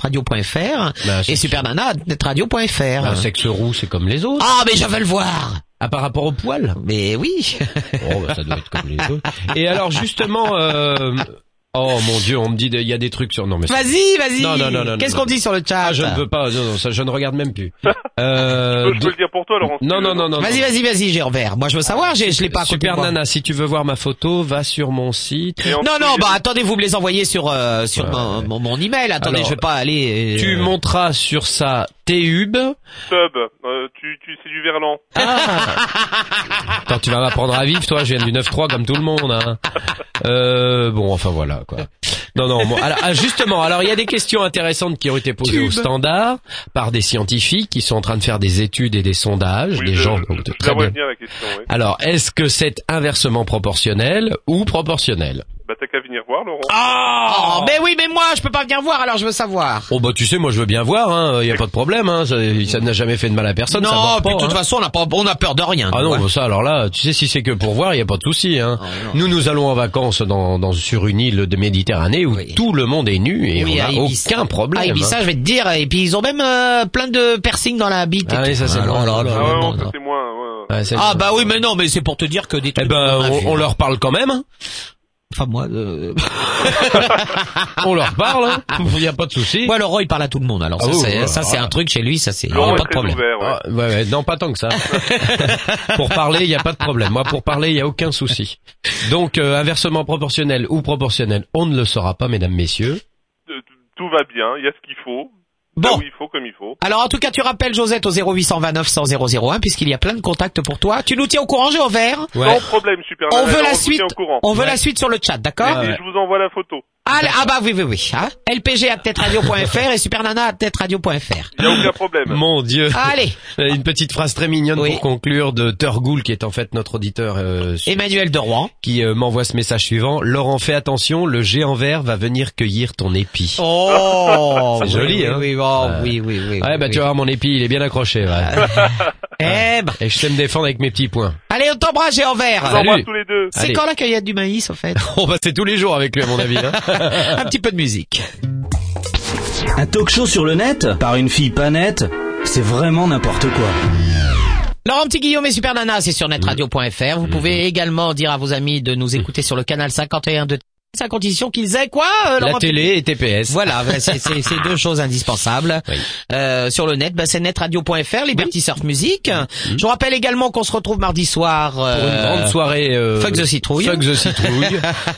[SPEAKER 3] lpg.netradio.fr
[SPEAKER 4] Bah, c'est-
[SPEAKER 3] et supernana.netradio.fr.
[SPEAKER 4] Bah, sexe roux, c'est comme les autres.
[SPEAKER 3] Ah, mais je veux le voir
[SPEAKER 4] Ah, par rapport au poil.
[SPEAKER 3] Mais oui
[SPEAKER 4] Oh, bah, ça doit être comme les autres. Et alors, justement, euh... oh mon Dieu, on me dit, des- il y a des trucs sur. Non, mais
[SPEAKER 3] Vas-y, vas-y
[SPEAKER 4] Non, non, non, non,
[SPEAKER 3] Qu'est-ce
[SPEAKER 4] non.
[SPEAKER 3] qu'on dit sur le chat
[SPEAKER 4] Ah, je ne veux pas. Non, non, ça, je ne regarde même plus.
[SPEAKER 6] Je
[SPEAKER 4] Euh,
[SPEAKER 6] peux- je peux le dire pour toi, Laurent. si
[SPEAKER 4] non,
[SPEAKER 6] tu
[SPEAKER 4] non,
[SPEAKER 6] veux.
[SPEAKER 4] non, non.
[SPEAKER 3] Vas-y,
[SPEAKER 4] non.
[SPEAKER 3] vas-y, vas-y, j'ai revers. Moi, je veux savoir, j'ai- je l'ai pas à côté
[SPEAKER 4] Super
[SPEAKER 3] de moi.
[SPEAKER 4] Nana, si tu veux voir ma photo, va sur mon site.
[SPEAKER 6] Et
[SPEAKER 3] Non,
[SPEAKER 6] ensuite,
[SPEAKER 3] non, bah attendez, vous me les envoyez sur euh, sur
[SPEAKER 4] Ouais,
[SPEAKER 3] mon,
[SPEAKER 4] ouais.
[SPEAKER 3] mon, mon email. Attendez,
[SPEAKER 4] Alors,
[SPEAKER 3] je vais pas aller. euh,
[SPEAKER 4] Tu monteras sur ça T-Hub.
[SPEAKER 6] Sub, euh, tu, tu, c'est du verlan.
[SPEAKER 4] Attends, tu vas m'apprendre à vivre, toi. Je viens du 9-3 comme tout le monde. Hein. Euh, bon, enfin voilà quoi. Non, non. bon, alors, ah, justement, alors il y a des questions intéressantes qui ont été posées au standard par des scientifiques qui sont en train de faire des études et des sondages,
[SPEAKER 6] Oui,
[SPEAKER 4] des
[SPEAKER 6] je-
[SPEAKER 4] gens
[SPEAKER 6] je-
[SPEAKER 4] donc, de
[SPEAKER 6] Je la
[SPEAKER 4] très
[SPEAKER 6] vois
[SPEAKER 4] bien.
[SPEAKER 6] venir la question, oui.
[SPEAKER 4] Alors, est-ce que c'est inversement proportionnel ou proportionnel
[SPEAKER 6] Bah t'as qu'à venir voir, Laurent.
[SPEAKER 3] Oh,
[SPEAKER 4] Ah.
[SPEAKER 3] mais oui, mais moi, je peux pas venir voir, alors je veux savoir.
[SPEAKER 4] Oh bah tu sais, moi je veux bien voir, hein, y a pas de problème, hein, ça, ça n'a jamais fait de mal à personne. ça
[SPEAKER 3] non,
[SPEAKER 4] mord pas,
[SPEAKER 3] puis de
[SPEAKER 4] hein.
[SPEAKER 3] toute façon, on a pas, on a peur de rien.
[SPEAKER 4] Ah
[SPEAKER 3] nous,
[SPEAKER 4] non,
[SPEAKER 3] hein.
[SPEAKER 4] bah ça alors là, tu sais si c'est que pour voir, il y a pas de souci. Hein.
[SPEAKER 3] Oh, non.
[SPEAKER 4] Nous nous allons en vacances dans, dans sur une île de Méditerranée où
[SPEAKER 3] Oui.
[SPEAKER 4] tout le monde est nu et
[SPEAKER 3] Oui,
[SPEAKER 4] on
[SPEAKER 3] à
[SPEAKER 4] n'a
[SPEAKER 3] Ibiza.
[SPEAKER 4] aucun
[SPEAKER 3] Ah,
[SPEAKER 4] problème. hein.
[SPEAKER 3] et puis ça, je vais te dire. Et puis ils ont même euh, plein de piercings dans la bite. et
[SPEAKER 4] Ah oui,
[SPEAKER 3] tout.
[SPEAKER 4] ça, c'est
[SPEAKER 3] ah,
[SPEAKER 4] bon.
[SPEAKER 3] là, là,
[SPEAKER 6] Ah
[SPEAKER 3] là,
[SPEAKER 6] ouais,
[SPEAKER 3] là,
[SPEAKER 6] non,
[SPEAKER 3] là.
[SPEAKER 6] ça c'est moins. ouais.
[SPEAKER 4] hein. Ouais, c'est-
[SPEAKER 3] Ah, bah oui, mais non, mais c'est pour te dire que des
[SPEAKER 4] Eh
[SPEAKER 3] trucs.
[SPEAKER 4] ben,
[SPEAKER 3] qu'on a
[SPEAKER 4] on,
[SPEAKER 3] vu.
[SPEAKER 4] on leur parle quand même. hein.
[SPEAKER 3] Enfin moi, euh...
[SPEAKER 4] on leur parle. hein. Il y a pas de souci.
[SPEAKER 3] moi le Roy parle à tout le monde. Alors
[SPEAKER 4] Ah
[SPEAKER 3] ça,
[SPEAKER 4] oui,
[SPEAKER 3] c'est,
[SPEAKER 4] oui,
[SPEAKER 3] ça,
[SPEAKER 4] oui.
[SPEAKER 3] c'est un truc chez lui. Ça, c'est. y a pas
[SPEAKER 6] Laurent est
[SPEAKER 3] de
[SPEAKER 6] très
[SPEAKER 3] problème.
[SPEAKER 6] ouvert, ouais.
[SPEAKER 4] Ah, ouais, ouais, non, pas tant que ça. pour parler, il n'y a pas de problème. Moi, pour parler, il n'y a aucun souci. Donc, euh, inversement proportionnel ou proportionnel, on ne le saura pas, mesdames, messieurs.
[SPEAKER 6] Euh, t- Tout va bien, il y a ce qu'il faut. là
[SPEAKER 3] Bon.
[SPEAKER 6] où il faut, comme il faut.
[SPEAKER 3] Alors en tout cas, tu rappelles Josette au 0829 100 001 puisqu'il y a plein de contacts pour toi. Tu nous tiens au courant, Géovert
[SPEAKER 6] Sans problème, super.
[SPEAKER 3] On
[SPEAKER 6] Nana,
[SPEAKER 3] veut
[SPEAKER 6] Laurent,
[SPEAKER 3] la
[SPEAKER 6] je vous
[SPEAKER 3] suite.
[SPEAKER 6] tiens au courant.
[SPEAKER 3] On veut la suite sur le chat, d'accord
[SPEAKER 6] Et je vous envoie la photo.
[SPEAKER 3] ah, ah bah oui oui oui. Hein LPG à tetradio.fr et supernana à tetradio.fr.
[SPEAKER 6] Il n'y a aucun problème.
[SPEAKER 3] Mmh.
[SPEAKER 4] Mon Dieu.
[SPEAKER 3] Allez,
[SPEAKER 4] Euh, Une petite phrase très mignonne
[SPEAKER 3] Oui.
[SPEAKER 4] pour conclure de Turgoul, qui est en fait notre auditeur, euh, su-
[SPEAKER 3] Emmanuel de Rouen.
[SPEAKER 4] qui euh, m'envoie ce message suivant. Laurent, fais attention, le géant vert va venir cueillir ton épi.
[SPEAKER 3] Oh,
[SPEAKER 4] C'est
[SPEAKER 3] oui,
[SPEAKER 4] joli,
[SPEAKER 3] oui,
[SPEAKER 4] hein.
[SPEAKER 3] Oui, oh, oui, oui, oui.
[SPEAKER 4] ouais,
[SPEAKER 3] oui,
[SPEAKER 4] bah
[SPEAKER 3] oui.
[SPEAKER 4] tu vois, mon épi, il est bien accroché. ouais.
[SPEAKER 3] Ah. Eh ben,
[SPEAKER 4] Et je sais me défendre avec mes petits poings.
[SPEAKER 3] allez, on t'embrasse, Géovert.
[SPEAKER 6] On embrasse
[SPEAKER 4] Salut.
[SPEAKER 6] tous les deux.
[SPEAKER 3] C'est
[SPEAKER 4] Allez.
[SPEAKER 3] quand la cueillette du maïs, en fait
[SPEAKER 4] On va c'est tous les jours avec lui, à mon avis. hein.
[SPEAKER 3] Un petit peu de musique.
[SPEAKER 2] Un talk show sur le net par une fille pas nette, c'est vraiment n'importe quoi.
[SPEAKER 3] Laurent Petit Guillaume et
[SPEAKER 4] Mm. Mm-hmm.
[SPEAKER 3] Super Nana, c'est sur netradio.fr. Vous pouvez également dire à vos amis de nous écouter sur le canal 51 de c'est à condition qu'ils aient quoi euh,
[SPEAKER 4] La
[SPEAKER 3] Laurent
[SPEAKER 4] télé et TPS.
[SPEAKER 3] Voilà, bah, c'est c'est- c'est deux choses indispensables.
[SPEAKER 4] Oui.
[SPEAKER 3] Euh, sur le net, bah, c'est netradio.fr, Liberty Surf Music. Je vous rappelle également qu'on se retrouve mardi soir.
[SPEAKER 4] Mm-hmm. Pour une
[SPEAKER 3] euh,
[SPEAKER 4] grande soirée. Euh,
[SPEAKER 3] Fuck the citrouille.
[SPEAKER 4] Fuck the citrouille.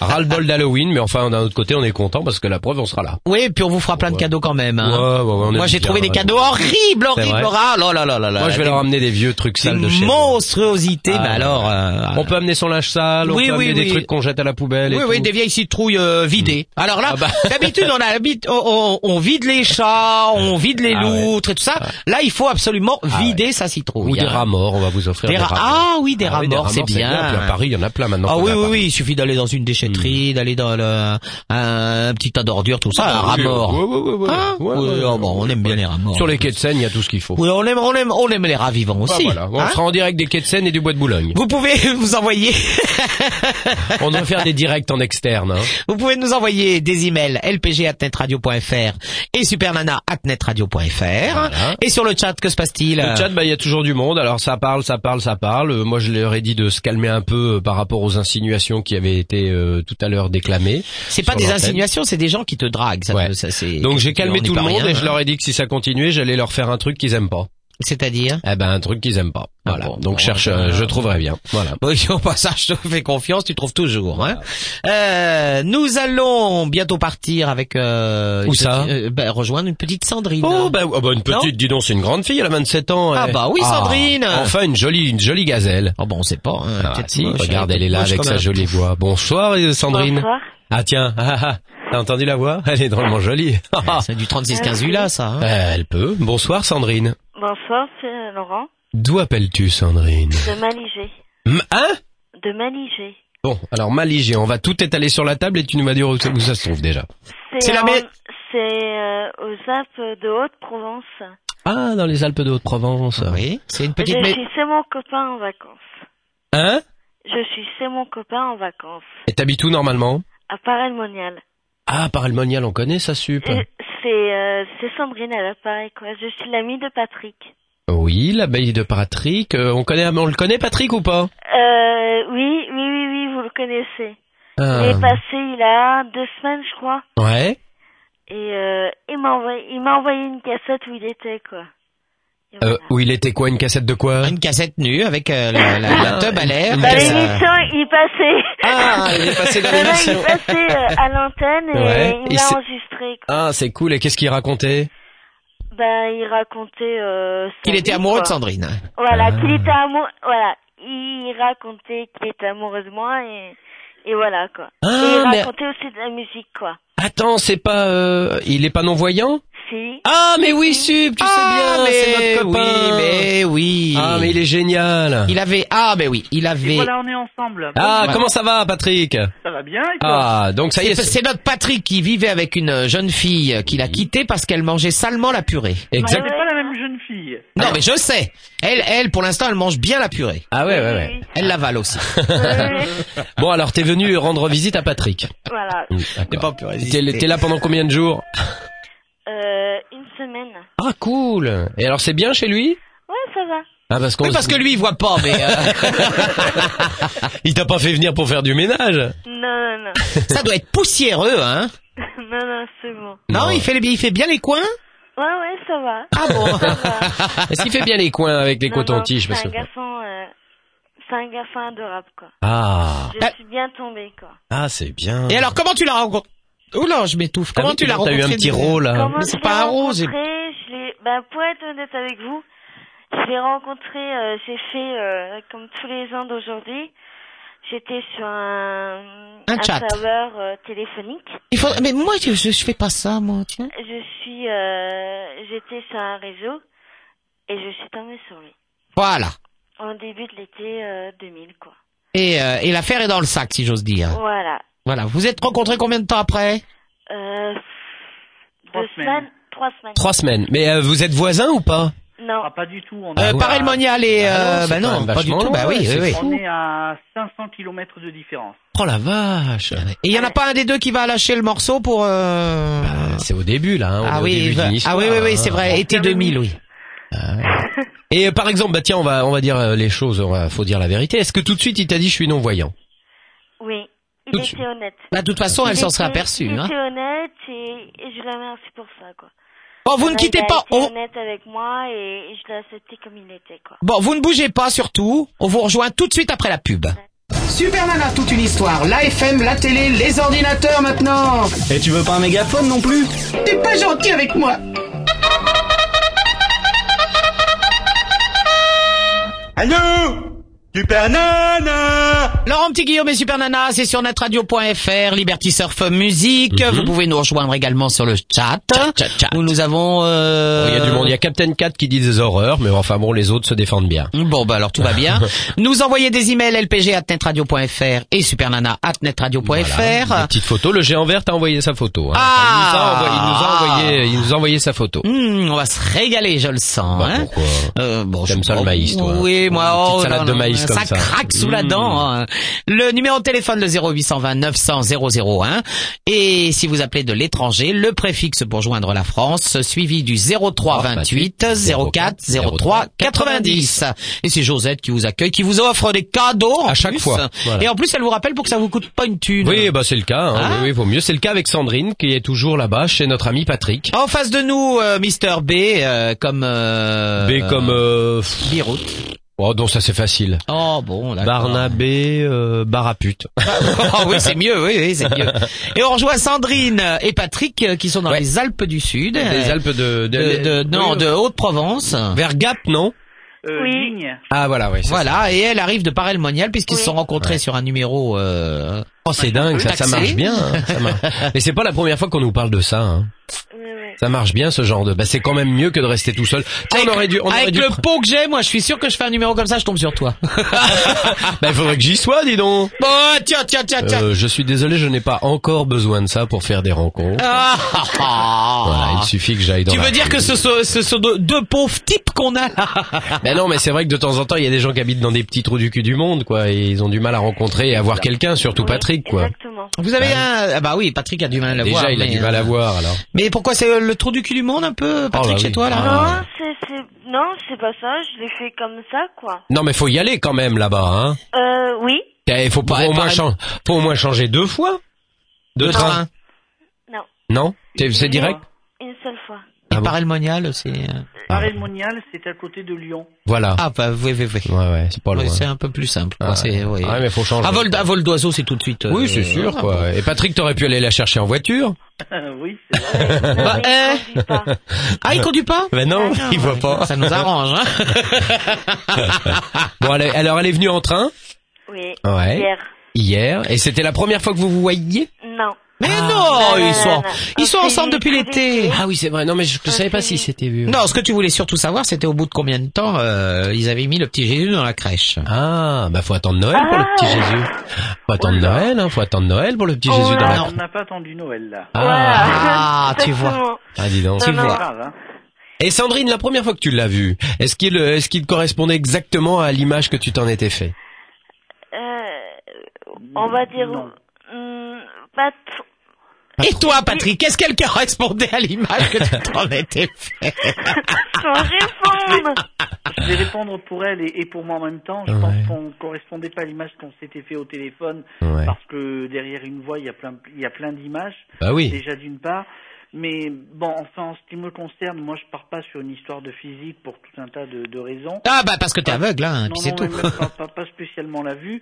[SPEAKER 4] Ras-le-bol d'Halloween, mais enfin, d'un autre côté, on est content parce que la preuve, on sera là.
[SPEAKER 3] Oui, et puis on vous fera plein de
[SPEAKER 4] Ouais.
[SPEAKER 3] cadeaux quand même. hein.
[SPEAKER 4] Ouais, ouais, ouais, on est
[SPEAKER 3] Moi, j'ai
[SPEAKER 4] bien,
[SPEAKER 3] trouvé des
[SPEAKER 4] ouais.
[SPEAKER 3] cadeaux horribles, horribles.
[SPEAKER 4] vrai.
[SPEAKER 3] Ah, là, là, là, là, là.
[SPEAKER 4] Moi, je vais
[SPEAKER 3] Des-
[SPEAKER 4] leur amener des vieux trucs sales de
[SPEAKER 3] des
[SPEAKER 4] chez moi.
[SPEAKER 3] monstruosités,
[SPEAKER 4] Ah,
[SPEAKER 3] mais alors. euh,
[SPEAKER 4] On peut amener son linge sale, on
[SPEAKER 3] Oui,
[SPEAKER 4] peut
[SPEAKER 3] oui,
[SPEAKER 4] amener
[SPEAKER 3] oui.
[SPEAKER 4] des trucs qu'on jette à la poubelle et
[SPEAKER 3] Oui, oui,
[SPEAKER 4] tout.
[SPEAKER 3] des vieilles citrouilles euh, vidées. Alors là,
[SPEAKER 4] Ah bah.
[SPEAKER 3] d'habitude, on, a habite- on, on- on vide les chats, on vide les
[SPEAKER 4] Ah ouais. Ah
[SPEAKER 3] loutres et tout ça. Là, il faut absolument vider sa citrouille.
[SPEAKER 4] Ou des
[SPEAKER 3] hein.
[SPEAKER 4] rats morts, on va vous offrir
[SPEAKER 3] Des
[SPEAKER 4] des,
[SPEAKER 3] rats-
[SPEAKER 4] rats
[SPEAKER 3] Ah oui, des
[SPEAKER 4] Ah
[SPEAKER 3] rats
[SPEAKER 4] oui,
[SPEAKER 3] morts, c'est bien.
[SPEAKER 4] Puis à Paris, il y en a plein maintenant.
[SPEAKER 3] Ah
[SPEAKER 4] qu'on
[SPEAKER 3] oui,
[SPEAKER 4] a à
[SPEAKER 3] oui,
[SPEAKER 4] Paris. Mm.
[SPEAKER 3] oui, il suffit d'aller dans une déchetterie, d'aller dans le, un, petit tas d'ordures, tout
[SPEAKER 4] Ah
[SPEAKER 3] ça, un rat mort.
[SPEAKER 4] Ouais, ouais, ouais, ouais.
[SPEAKER 3] Hein
[SPEAKER 4] Ouais,
[SPEAKER 3] Oui,
[SPEAKER 4] ouais,
[SPEAKER 3] ah
[SPEAKER 4] ouais.
[SPEAKER 3] bon, on aime bien les rats morts.
[SPEAKER 4] Sur les quais de Seine, il y a tout ce qu'il faut.
[SPEAKER 3] Oui, on aime, on aime, on aime les rats vivants
[SPEAKER 4] Ah,
[SPEAKER 3] aussi.
[SPEAKER 4] voilà. On
[SPEAKER 3] hein.
[SPEAKER 4] sera en direct des quais de Seine et du bois de Boulogne.
[SPEAKER 3] vous pouvez vous envoyer,
[SPEAKER 4] on devrait faire des directs en externe. hein.
[SPEAKER 3] vous pouvez nous envoyer des emails lpg@netradio.fr et supernana@netradio.fr
[SPEAKER 4] Voilà.
[SPEAKER 3] et sur le chat que se passe-t-il
[SPEAKER 4] Le chat, bah, il y a toujours du monde. Alors, ça parle, ça parle, ça parle. Euh, moi, je leur ai dit de se calmer un peu euh, par rapport aux insinuations qui avaient été euh, tout à l'heure déclamées.
[SPEAKER 3] C'est pas
[SPEAKER 4] sur
[SPEAKER 3] des
[SPEAKER 4] l'antenne.
[SPEAKER 3] insinuations, c'est des gens qui te draguent. Ça,
[SPEAKER 4] Ouais.
[SPEAKER 3] ça, c'est-
[SPEAKER 4] Donc, j'ai
[SPEAKER 3] on
[SPEAKER 4] calmé
[SPEAKER 3] n'y
[SPEAKER 4] tout le
[SPEAKER 3] peut
[SPEAKER 4] monde
[SPEAKER 3] rien,
[SPEAKER 4] et je
[SPEAKER 3] hein.
[SPEAKER 4] leur ai dit que si ça continuait, j'allais leur faire un truc qu'ils aiment pas.
[SPEAKER 3] C'est-à-dire
[SPEAKER 4] Eh ben, un truc qu'ils aiment pas.
[SPEAKER 3] Ah
[SPEAKER 4] Voilà.
[SPEAKER 3] bon,
[SPEAKER 4] Donc,
[SPEAKER 3] bon,
[SPEAKER 4] cherche,
[SPEAKER 3] voilà.
[SPEAKER 4] euh, je trouverai bien. Voilà.
[SPEAKER 3] Bon, au passage, je te fais confiance, tu trouves toujours. Hein Euh, nous allons bientôt partir avec... Euh,
[SPEAKER 4] Où
[SPEAKER 3] une
[SPEAKER 4] ça
[SPEAKER 3] petite- euh, ben, Rejoindre une petite Sandrine.
[SPEAKER 4] Oh bah, oh, bah, une
[SPEAKER 3] Non
[SPEAKER 4] petite, dis donc, c'est une grande fille, elle a 27 ans.
[SPEAKER 3] Ah
[SPEAKER 4] elle. Ah,
[SPEAKER 3] bah oui, Sandrine.
[SPEAKER 4] Enfin, une jolie, une jolie gazelle.
[SPEAKER 3] Oh, bon, on sait pas. hein,
[SPEAKER 4] Ah,
[SPEAKER 3] peut-être
[SPEAKER 4] si,
[SPEAKER 3] moche,
[SPEAKER 4] regarde,
[SPEAKER 3] hein,
[SPEAKER 4] elle est là
[SPEAKER 3] moche
[SPEAKER 4] avec
[SPEAKER 3] comme
[SPEAKER 4] sa
[SPEAKER 3] un-
[SPEAKER 4] jolie voix. Bonsoir, euh, Sandrine.
[SPEAKER 8] Bonsoir.
[SPEAKER 4] Ah tiens, ah, ah, t'as entendu la voix Elle est drôlement jolie. Ah, ah.
[SPEAKER 3] C'est du 36-15 U là, ça. hein.
[SPEAKER 4] Euh, Elle peut. Bonsoir, Sandrine.
[SPEAKER 8] Bonsoir, c'est Laurent
[SPEAKER 4] D'où appelles-tu, Sandrine
[SPEAKER 8] de Maligé.
[SPEAKER 4] M- Hein
[SPEAKER 8] De Maligé.
[SPEAKER 4] Bon, alors Maligé, on va tout étaler sur la table et tu nous vas dire où ça où ça se trouve déjà.
[SPEAKER 3] C'est la
[SPEAKER 8] en-
[SPEAKER 3] mai-
[SPEAKER 8] C'est euh, aux Alpes de Haute-Provence.
[SPEAKER 4] Ah, dans les Alpes de Haute-Provence.
[SPEAKER 3] Oui, c'est une
[SPEAKER 8] Je
[SPEAKER 3] petite... mais-
[SPEAKER 8] suis chez mon copain en vacances.
[SPEAKER 4] Hein
[SPEAKER 8] Je suis chez mon copain en vacances.
[SPEAKER 4] Et t'habites où normalement
[SPEAKER 8] À Paray-le-Monial.
[SPEAKER 4] Ah, par le Monial, on connaît ça, sup.
[SPEAKER 8] Et C'est euh, c'est Sandrine à l'appareil, quoi. Je suis l'amie de Patrick.
[SPEAKER 4] Oui, l'abbaye de Patrick. euh, on connaît, on le connaît, Patrick ou pas
[SPEAKER 8] Euh, oui, oui, oui, oui, vous le connaissez.
[SPEAKER 3] Ah.
[SPEAKER 8] Il est passé il a deux semaines, je crois.
[SPEAKER 4] Euh, Ouais.
[SPEAKER 8] Et euh, il m'a envoyé, il m'a envoyé une cassette où il était, quoi. Et
[SPEAKER 4] Euh,
[SPEAKER 8] voilà.
[SPEAKER 4] où il était quoi Une cassette de quoi
[SPEAKER 3] Une cassette nue avec euh, la, la, la teub à l'air.
[SPEAKER 8] Bah,
[SPEAKER 3] Euh,
[SPEAKER 8] l'émission, il passait.
[SPEAKER 4] Ah, il est passé dans
[SPEAKER 8] Le mec
[SPEAKER 4] l'émission.
[SPEAKER 8] est passé euh, à l'antenne et
[SPEAKER 4] Ouais, et
[SPEAKER 8] il l'a
[SPEAKER 4] c'est-
[SPEAKER 8] enregistré. quoi.
[SPEAKER 4] Ah, c'est cool. Et qu'est-ce qu'il racontait
[SPEAKER 8] Bah, il racontait. Euh, sa
[SPEAKER 3] Qu'il était
[SPEAKER 8] vie,
[SPEAKER 3] amoureux
[SPEAKER 8] quoi.
[SPEAKER 3] de Sandrine.
[SPEAKER 8] Voilà,
[SPEAKER 4] Ah.
[SPEAKER 8] qu'il était amoureux. Voilà, il racontait qu'il était amoureux de moi et et voilà quoi.
[SPEAKER 4] Ah,
[SPEAKER 8] et il
[SPEAKER 4] mais-
[SPEAKER 8] racontait aussi de la musique quoi.
[SPEAKER 4] Attends, c'est pas, euh, il est pas non voyant
[SPEAKER 8] Si.
[SPEAKER 4] Ah, mais oui, Sup, tu
[SPEAKER 3] Ah,
[SPEAKER 4] sais bien,
[SPEAKER 3] mais
[SPEAKER 4] c'est notre copain.
[SPEAKER 3] Oui, mais oui.
[SPEAKER 4] Ah, mais il est génial.
[SPEAKER 3] Il avait... Ah, mais oui, il avait...
[SPEAKER 9] Voilà, on est ensemble.
[SPEAKER 4] Ah,
[SPEAKER 3] Ouais.
[SPEAKER 4] comment ça va, Patrick
[SPEAKER 9] Ça va bien et toi
[SPEAKER 4] Ah, donc ça y est,
[SPEAKER 3] C'est c'est notre Patrick qui vivait avec une jeune fille qu'il a quittée parce qu'elle mangeait salement la purée.
[SPEAKER 4] exact.
[SPEAKER 8] Ouais.
[SPEAKER 9] C'est pas la même jeune fille.
[SPEAKER 3] Non, mais je sais. Elle, elle, pour l'instant, elle mange bien la purée.
[SPEAKER 4] Ah ouais, ouais, ouais.
[SPEAKER 8] Oui,
[SPEAKER 3] Elle l'avale aussi.
[SPEAKER 8] oui, oui.
[SPEAKER 4] Bon, alors t'es venu rendre visite à Patrick.
[SPEAKER 8] voilà.
[SPEAKER 4] T'es
[SPEAKER 3] pas pu résister.
[SPEAKER 4] t'es- t'es là pendant combien de jours
[SPEAKER 8] Euh, une semaine.
[SPEAKER 4] Ah, cool. Et alors c'est bien chez lui
[SPEAKER 8] Ouais, ça va.
[SPEAKER 4] Ah, parce qu'on.
[SPEAKER 3] Oui, parce que lui, il voit pas, mais euh,
[SPEAKER 4] Il t'a pas fait venir pour faire du ménage.
[SPEAKER 8] Non, non, non,
[SPEAKER 3] ça doit être poussiéreux, hein.
[SPEAKER 8] non, non, c'est bon.
[SPEAKER 3] Non,
[SPEAKER 4] Non.
[SPEAKER 3] il fait, les- il fait bien les coins.
[SPEAKER 8] Ouais, ouais, ça va.
[SPEAKER 3] Ah bon.
[SPEAKER 8] Ça va.
[SPEAKER 4] Est-ce qu'il fait bien les coins avec les
[SPEAKER 8] Non, non,
[SPEAKER 4] cotons-tiges parce
[SPEAKER 8] C'est un
[SPEAKER 4] que-
[SPEAKER 8] garçon, euh, c'est un garçon adorable quoi.
[SPEAKER 4] Ah,
[SPEAKER 8] Je
[SPEAKER 3] Ah.
[SPEAKER 8] suis bien tombée quoi.
[SPEAKER 4] ah c'est bien.
[SPEAKER 3] Et alors, comment tu l'as rencontré Oula, je m'étouffe. Comment tu l'as
[SPEAKER 4] T'as
[SPEAKER 3] rencontré
[SPEAKER 4] eu un petit rôle. hein.
[SPEAKER 8] Comment
[SPEAKER 3] Ah, Mais
[SPEAKER 8] je
[SPEAKER 3] c'est
[SPEAKER 8] l'ai
[SPEAKER 3] pas un rose,
[SPEAKER 8] rencontré, Je l'ai, bah, pour être honnête avec vous, je l'ai rencontré, euh, j'ai fait, euh, comme tous les ans d'aujourd'hui, j'étais sur un,
[SPEAKER 3] Un chat.
[SPEAKER 8] serveur euh, téléphonique.
[SPEAKER 3] Il faut... Mais moi, je, je, je fais pas ça, moi. Tiens.
[SPEAKER 8] Je suis, euh, j'étais sur un réseau et je suis tombée sur lui.
[SPEAKER 3] Voilà.
[SPEAKER 8] En début de l'été euh, 2000, quoi.
[SPEAKER 3] Et, euh, et l'affaire est dans le sac, si j'ose dire.
[SPEAKER 8] Voilà.
[SPEAKER 3] Voilà. Vous êtes rencontrés combien de temps après
[SPEAKER 8] Euh,
[SPEAKER 9] Trois
[SPEAKER 8] deux
[SPEAKER 9] semaines.
[SPEAKER 8] Trois semaines.
[SPEAKER 4] Trois semaines. Mais euh, vous êtes voisins ou pas
[SPEAKER 8] Non.
[SPEAKER 9] Ah, pas du tout. On,
[SPEAKER 3] euh,
[SPEAKER 9] est
[SPEAKER 3] Pareil,
[SPEAKER 9] à,
[SPEAKER 3] le Monial et...
[SPEAKER 4] Ah
[SPEAKER 3] Euh, bah
[SPEAKER 4] non,
[SPEAKER 3] non,
[SPEAKER 4] c'est quand même
[SPEAKER 3] pas du
[SPEAKER 4] vachement
[SPEAKER 3] tout. Bah
[SPEAKER 4] loin,
[SPEAKER 3] oui, oui,
[SPEAKER 4] c'est
[SPEAKER 3] oui.
[SPEAKER 9] on est à 500 km de différence.
[SPEAKER 4] Oh la vache.
[SPEAKER 3] Et il y en a pas un des deux qui va lâcher le morceau pour... Euh...
[SPEAKER 4] Bah, c'est au début là. hein, on est
[SPEAKER 3] ah,
[SPEAKER 4] au
[SPEAKER 3] oui,
[SPEAKER 4] début
[SPEAKER 3] va-
[SPEAKER 4] d'une
[SPEAKER 3] ah
[SPEAKER 4] histoire,
[SPEAKER 3] oui, oui, oui,
[SPEAKER 4] hein.
[SPEAKER 3] c'est vrai. Été 2000, oui.
[SPEAKER 4] Et euh, par exemple, bah tiens, on va on va dire euh, les choses. On va faut dire la vérité. Est-ce que tout de suite il t'a dit je suis non voyant
[SPEAKER 8] Oui. Il
[SPEAKER 3] Tout de suite.
[SPEAKER 8] était honnête.
[SPEAKER 3] Bah, de toute façon, elle
[SPEAKER 8] Il
[SPEAKER 3] s'en serait
[SPEAKER 8] était-
[SPEAKER 3] aperçue.
[SPEAKER 8] Il
[SPEAKER 3] Hein.
[SPEAKER 8] était honnête et, et je la remercie pour ça, quoi.
[SPEAKER 3] Bon, vous ne
[SPEAKER 8] Ouais,
[SPEAKER 3] quittez
[SPEAKER 8] il a
[SPEAKER 3] pas.
[SPEAKER 8] été
[SPEAKER 3] On...
[SPEAKER 8] honnête avec moi et, et je l'ai accepté comme il était, quoi.
[SPEAKER 3] Bon, vous ne bougez pas surtout. On vous rejoint tout de suite après la pub.
[SPEAKER 1] Super Nana, toute une histoire. La FM, la télé, les ordinateurs maintenant.
[SPEAKER 2] Et tu veux pas un mégaphone non plus
[SPEAKER 1] T'es pas gentil avec moi.
[SPEAKER 3] Laurent Petit Guillaume et Super Nana, c'est sur netradio.fr, Liberty Surf Musique.
[SPEAKER 4] Mhm.
[SPEAKER 3] Vous pouvez nous rejoindre également sur le chat, où nous avons. euh,
[SPEAKER 4] Oh, Il y a du monde. Il y a Captain Cat qui dit des horreurs, mais enfin bon, les autres se défendent bien.
[SPEAKER 3] Bon bah alors tout va bien. Nous envoyez des emails lpg netradio.fr et supernana netradio.fr.
[SPEAKER 4] Voilà, une petite photo. Le géant vert t'a envoyé sa photo. hein.
[SPEAKER 3] Ah.
[SPEAKER 4] il, nous a envoyé, il nous a envoyé, il nous a envoyé sa photo.
[SPEAKER 3] Hmm, on va se régaler, je le sens.
[SPEAKER 4] Bah,
[SPEAKER 3] hein.
[SPEAKER 4] pourquoi
[SPEAKER 3] Euh, bon,
[SPEAKER 4] J'aime
[SPEAKER 3] je-
[SPEAKER 4] ça, le maïs, toi. hein?
[SPEAKER 3] Oui, moi,
[SPEAKER 4] Une petite
[SPEAKER 3] oh,
[SPEAKER 4] salade
[SPEAKER 3] non,
[SPEAKER 4] de
[SPEAKER 3] non,
[SPEAKER 4] maïs
[SPEAKER 3] ça,
[SPEAKER 4] comme ça.
[SPEAKER 3] craque sous la
[SPEAKER 4] Mm.
[SPEAKER 3] dent. hein. Le numéro de téléphone, le 0820 900 001. Et si vous appelez de l'étranger, le préfixe pour joindre la France, suivi du 03
[SPEAKER 4] Oh,
[SPEAKER 3] 28 04 03 90. Et c'est Josette qui vous accueille, qui vous offre des cadeaux. en
[SPEAKER 4] À chaque
[SPEAKER 3] plus.
[SPEAKER 4] fois, voilà.
[SPEAKER 3] Et en plus, elle vous rappelle pour que ça vous coûte pas une thune.
[SPEAKER 4] Oui, bah c'est le cas. hein.
[SPEAKER 3] Ah.
[SPEAKER 4] Oui, oui, vaut mieux. C'est le cas avec Sandrine qui est toujours là-bas chez notre ami Patrick.
[SPEAKER 3] En face de nous, euh, Mister B, euh, comme... euh,
[SPEAKER 4] B comme euh, pff,
[SPEAKER 3] Biroute.
[SPEAKER 4] oh non ça c'est facile.
[SPEAKER 3] Oh bon, d'accord.
[SPEAKER 4] Barnabé euh,
[SPEAKER 3] Ah,
[SPEAKER 4] Barapute.
[SPEAKER 3] oh oui, c'est mieux, oui, oui, c'est mieux. Et on rejoint Sandrine et Patrick euh, qui sont dans
[SPEAKER 4] Ouais.
[SPEAKER 3] les Alpes du Sud.
[SPEAKER 4] Des
[SPEAKER 3] euh,
[SPEAKER 4] Alpes de, de,
[SPEAKER 3] de, de- non,
[SPEAKER 4] oui,
[SPEAKER 3] de Haute-Provence.
[SPEAKER 4] vers Gap non
[SPEAKER 9] Euh,
[SPEAKER 8] Oui.
[SPEAKER 9] Digne.
[SPEAKER 4] Ah voilà ouais. c'est ça.
[SPEAKER 3] Voilà, et elle arrive de Paray-le-Monial puisqu'ils
[SPEAKER 8] Oui.
[SPEAKER 3] se sont rencontrés sur un numéro... Euh...
[SPEAKER 4] Oh c'est dingue ça, ça
[SPEAKER 3] Taxé.
[SPEAKER 4] marche bien. hein, ça marche. Mais c'est pas la première fois qu'on nous parle de ça. hein.
[SPEAKER 8] Ouais, ouais.
[SPEAKER 4] Ça marche bien ce genre de. Bah c'est quand même mieux que de rester tout seul. Tiens,
[SPEAKER 3] Avec-
[SPEAKER 4] Ah, on aurait dû. On aurait
[SPEAKER 3] Avec
[SPEAKER 4] dû...
[SPEAKER 3] le pot que j'ai, moi, je suis sûr que je fais un numéro comme ça, je tombe sur toi.
[SPEAKER 4] Bah, il faudrait que j'y sois dis donc.
[SPEAKER 3] Bon, tiens, tiens, tiens, tiens.
[SPEAKER 4] Euh, je suis désolé, je n'ai pas encore besoin de ça pour faire des rencontres.
[SPEAKER 3] Ah, ah, ah.
[SPEAKER 4] Voilà, il suffit que j'aille dans.
[SPEAKER 3] tu
[SPEAKER 4] la
[SPEAKER 3] veux dire
[SPEAKER 4] rue.
[SPEAKER 3] que ce sont, ce sont deux, deux pauvres types qu'on a là
[SPEAKER 4] Ben non, mais c'est vrai que de temps en temps, il y a des gens qui habitent dans des petits trous du cul du monde, quoi. Et ils ont du mal à rencontrer et à voir quelqu'un, surtout
[SPEAKER 8] Oui,
[SPEAKER 4] Patrick, quoi.
[SPEAKER 8] Exactement.
[SPEAKER 3] Vous avez un... Ah bah oui, Patrick a du mal à la
[SPEAKER 4] Déjà,
[SPEAKER 3] voir.
[SPEAKER 4] il a
[SPEAKER 3] mais,
[SPEAKER 4] du mal à
[SPEAKER 3] euh,
[SPEAKER 4] voir, alors.
[SPEAKER 3] Mais pourquoi c'est euh, le trou du cul du monde un peu, Patrick,
[SPEAKER 4] bah
[SPEAKER 3] chez
[SPEAKER 4] oui.
[SPEAKER 3] toi là
[SPEAKER 4] Ah.
[SPEAKER 8] Non, c'est, c'est, non, c'est pas ça, je l'ai fait comme ça, quoi.
[SPEAKER 4] Non, mais faut y aller quand même là-bas, hein.
[SPEAKER 8] Euh, oui.
[SPEAKER 4] Eh, faut pas
[SPEAKER 3] Bah,
[SPEAKER 4] au moins
[SPEAKER 3] pareil.
[SPEAKER 4] chan- faut au moins changer deux fois de
[SPEAKER 3] Le
[SPEAKER 4] train.
[SPEAKER 3] train.
[SPEAKER 4] Non, c'est c'est direct.
[SPEAKER 8] Une seule fois.
[SPEAKER 4] Ah
[SPEAKER 3] Et
[SPEAKER 4] bon
[SPEAKER 3] par El Monial, c'est... euh,
[SPEAKER 9] Paray-le-Monial, c'est à côté de Lyon.
[SPEAKER 4] Voilà.
[SPEAKER 3] Ah bah oui, oui, oui.
[SPEAKER 4] Ouais, ouais, c'est Ah, pas
[SPEAKER 3] Oui,
[SPEAKER 4] loin.
[SPEAKER 3] c'est un peu plus simple. quoi,
[SPEAKER 4] Ah,
[SPEAKER 3] c'est- oui.
[SPEAKER 4] ouais, mais faut changer.
[SPEAKER 3] À vol, à vol d'oiseau, c'est tout de suite... euh,
[SPEAKER 4] Oui, c'est sûr,
[SPEAKER 3] ah,
[SPEAKER 4] quoi. Et Patrick, t'aurais pu aller la chercher en voiture.
[SPEAKER 9] oui, c'est vrai.
[SPEAKER 8] Non,
[SPEAKER 3] Bah,
[SPEAKER 8] mais
[SPEAKER 3] euh.
[SPEAKER 8] je conduis pas.
[SPEAKER 3] bon. Ah, il conduit pas
[SPEAKER 4] Ben non, il voit pas.
[SPEAKER 3] Ça nous arrange, hein
[SPEAKER 4] Bon, elle est- alors elle est venue en train
[SPEAKER 8] Oui.
[SPEAKER 4] Ouais.
[SPEAKER 8] Hier.
[SPEAKER 4] hier, et c'était la première fois que vous vous voyiez.
[SPEAKER 8] Non.
[SPEAKER 3] Mais
[SPEAKER 4] Ah.
[SPEAKER 3] non,
[SPEAKER 8] Non, non,
[SPEAKER 3] Oh, ils
[SPEAKER 8] non,
[SPEAKER 3] sont,
[SPEAKER 8] non.
[SPEAKER 3] ils sont
[SPEAKER 8] On s'est
[SPEAKER 3] ensemble
[SPEAKER 8] vus
[SPEAKER 3] depuis
[SPEAKER 8] tous les
[SPEAKER 3] l'été.
[SPEAKER 8] deux.
[SPEAKER 4] Ah oui, c'est vrai. Non, mais je ne savais pas si c'était vu.
[SPEAKER 3] Non, ce que tu voulais surtout savoir, c'était au bout de combien de temps euh, ils avaient mis le petit Jésus dans la crèche.
[SPEAKER 4] Ah, bah faut attendre Noël pour le petit Jésus. Faut attendre Noël, hein, faut attendre Noël pour le petit
[SPEAKER 8] Oh
[SPEAKER 4] Jésus dans
[SPEAKER 8] là
[SPEAKER 4] la...
[SPEAKER 9] On n'a pas attendu Noël, là.
[SPEAKER 3] Ah,
[SPEAKER 4] Ah,
[SPEAKER 3] tu vois.
[SPEAKER 8] Exactement.
[SPEAKER 4] ah, dis donc.
[SPEAKER 8] Tu
[SPEAKER 9] C'est
[SPEAKER 8] vois.
[SPEAKER 9] grave, hein.
[SPEAKER 4] Et Sandrine, la première fois que tu l'as vu, est-ce qu'il euh, est-ce qu'il correspondait exactement à l'image que tu t'en étais fait
[SPEAKER 8] Euh, on va dire,
[SPEAKER 9] Non.
[SPEAKER 8] hmm, pas trop.
[SPEAKER 3] Et toi, Patrick, est-ce qu'elle correspondait à l'image que tu t'en étais fait
[SPEAKER 8] Sans répondre.
[SPEAKER 9] Je vais répondre pour elle et, et pour moi en même temps. Je
[SPEAKER 4] Ouais.
[SPEAKER 9] pense qu'on correspondait pas à l'image qu'on s'était fait au téléphone
[SPEAKER 4] Ouais.
[SPEAKER 9] parce que derrière une voix, il y a plein, il y a plein d'images.
[SPEAKER 4] Bah oui.
[SPEAKER 9] Déjà d'une part. Mais bon, enfin, en ce qui me concerne, moi, je pars pas sur une histoire de physique pour tout un tas de, de raisons.
[SPEAKER 3] Ah bah parce que t'es aveugle, hein, et
[SPEAKER 9] non,
[SPEAKER 3] puis c'est
[SPEAKER 9] non,
[SPEAKER 3] tout.
[SPEAKER 9] même pas, pas- pas spécialement la vue,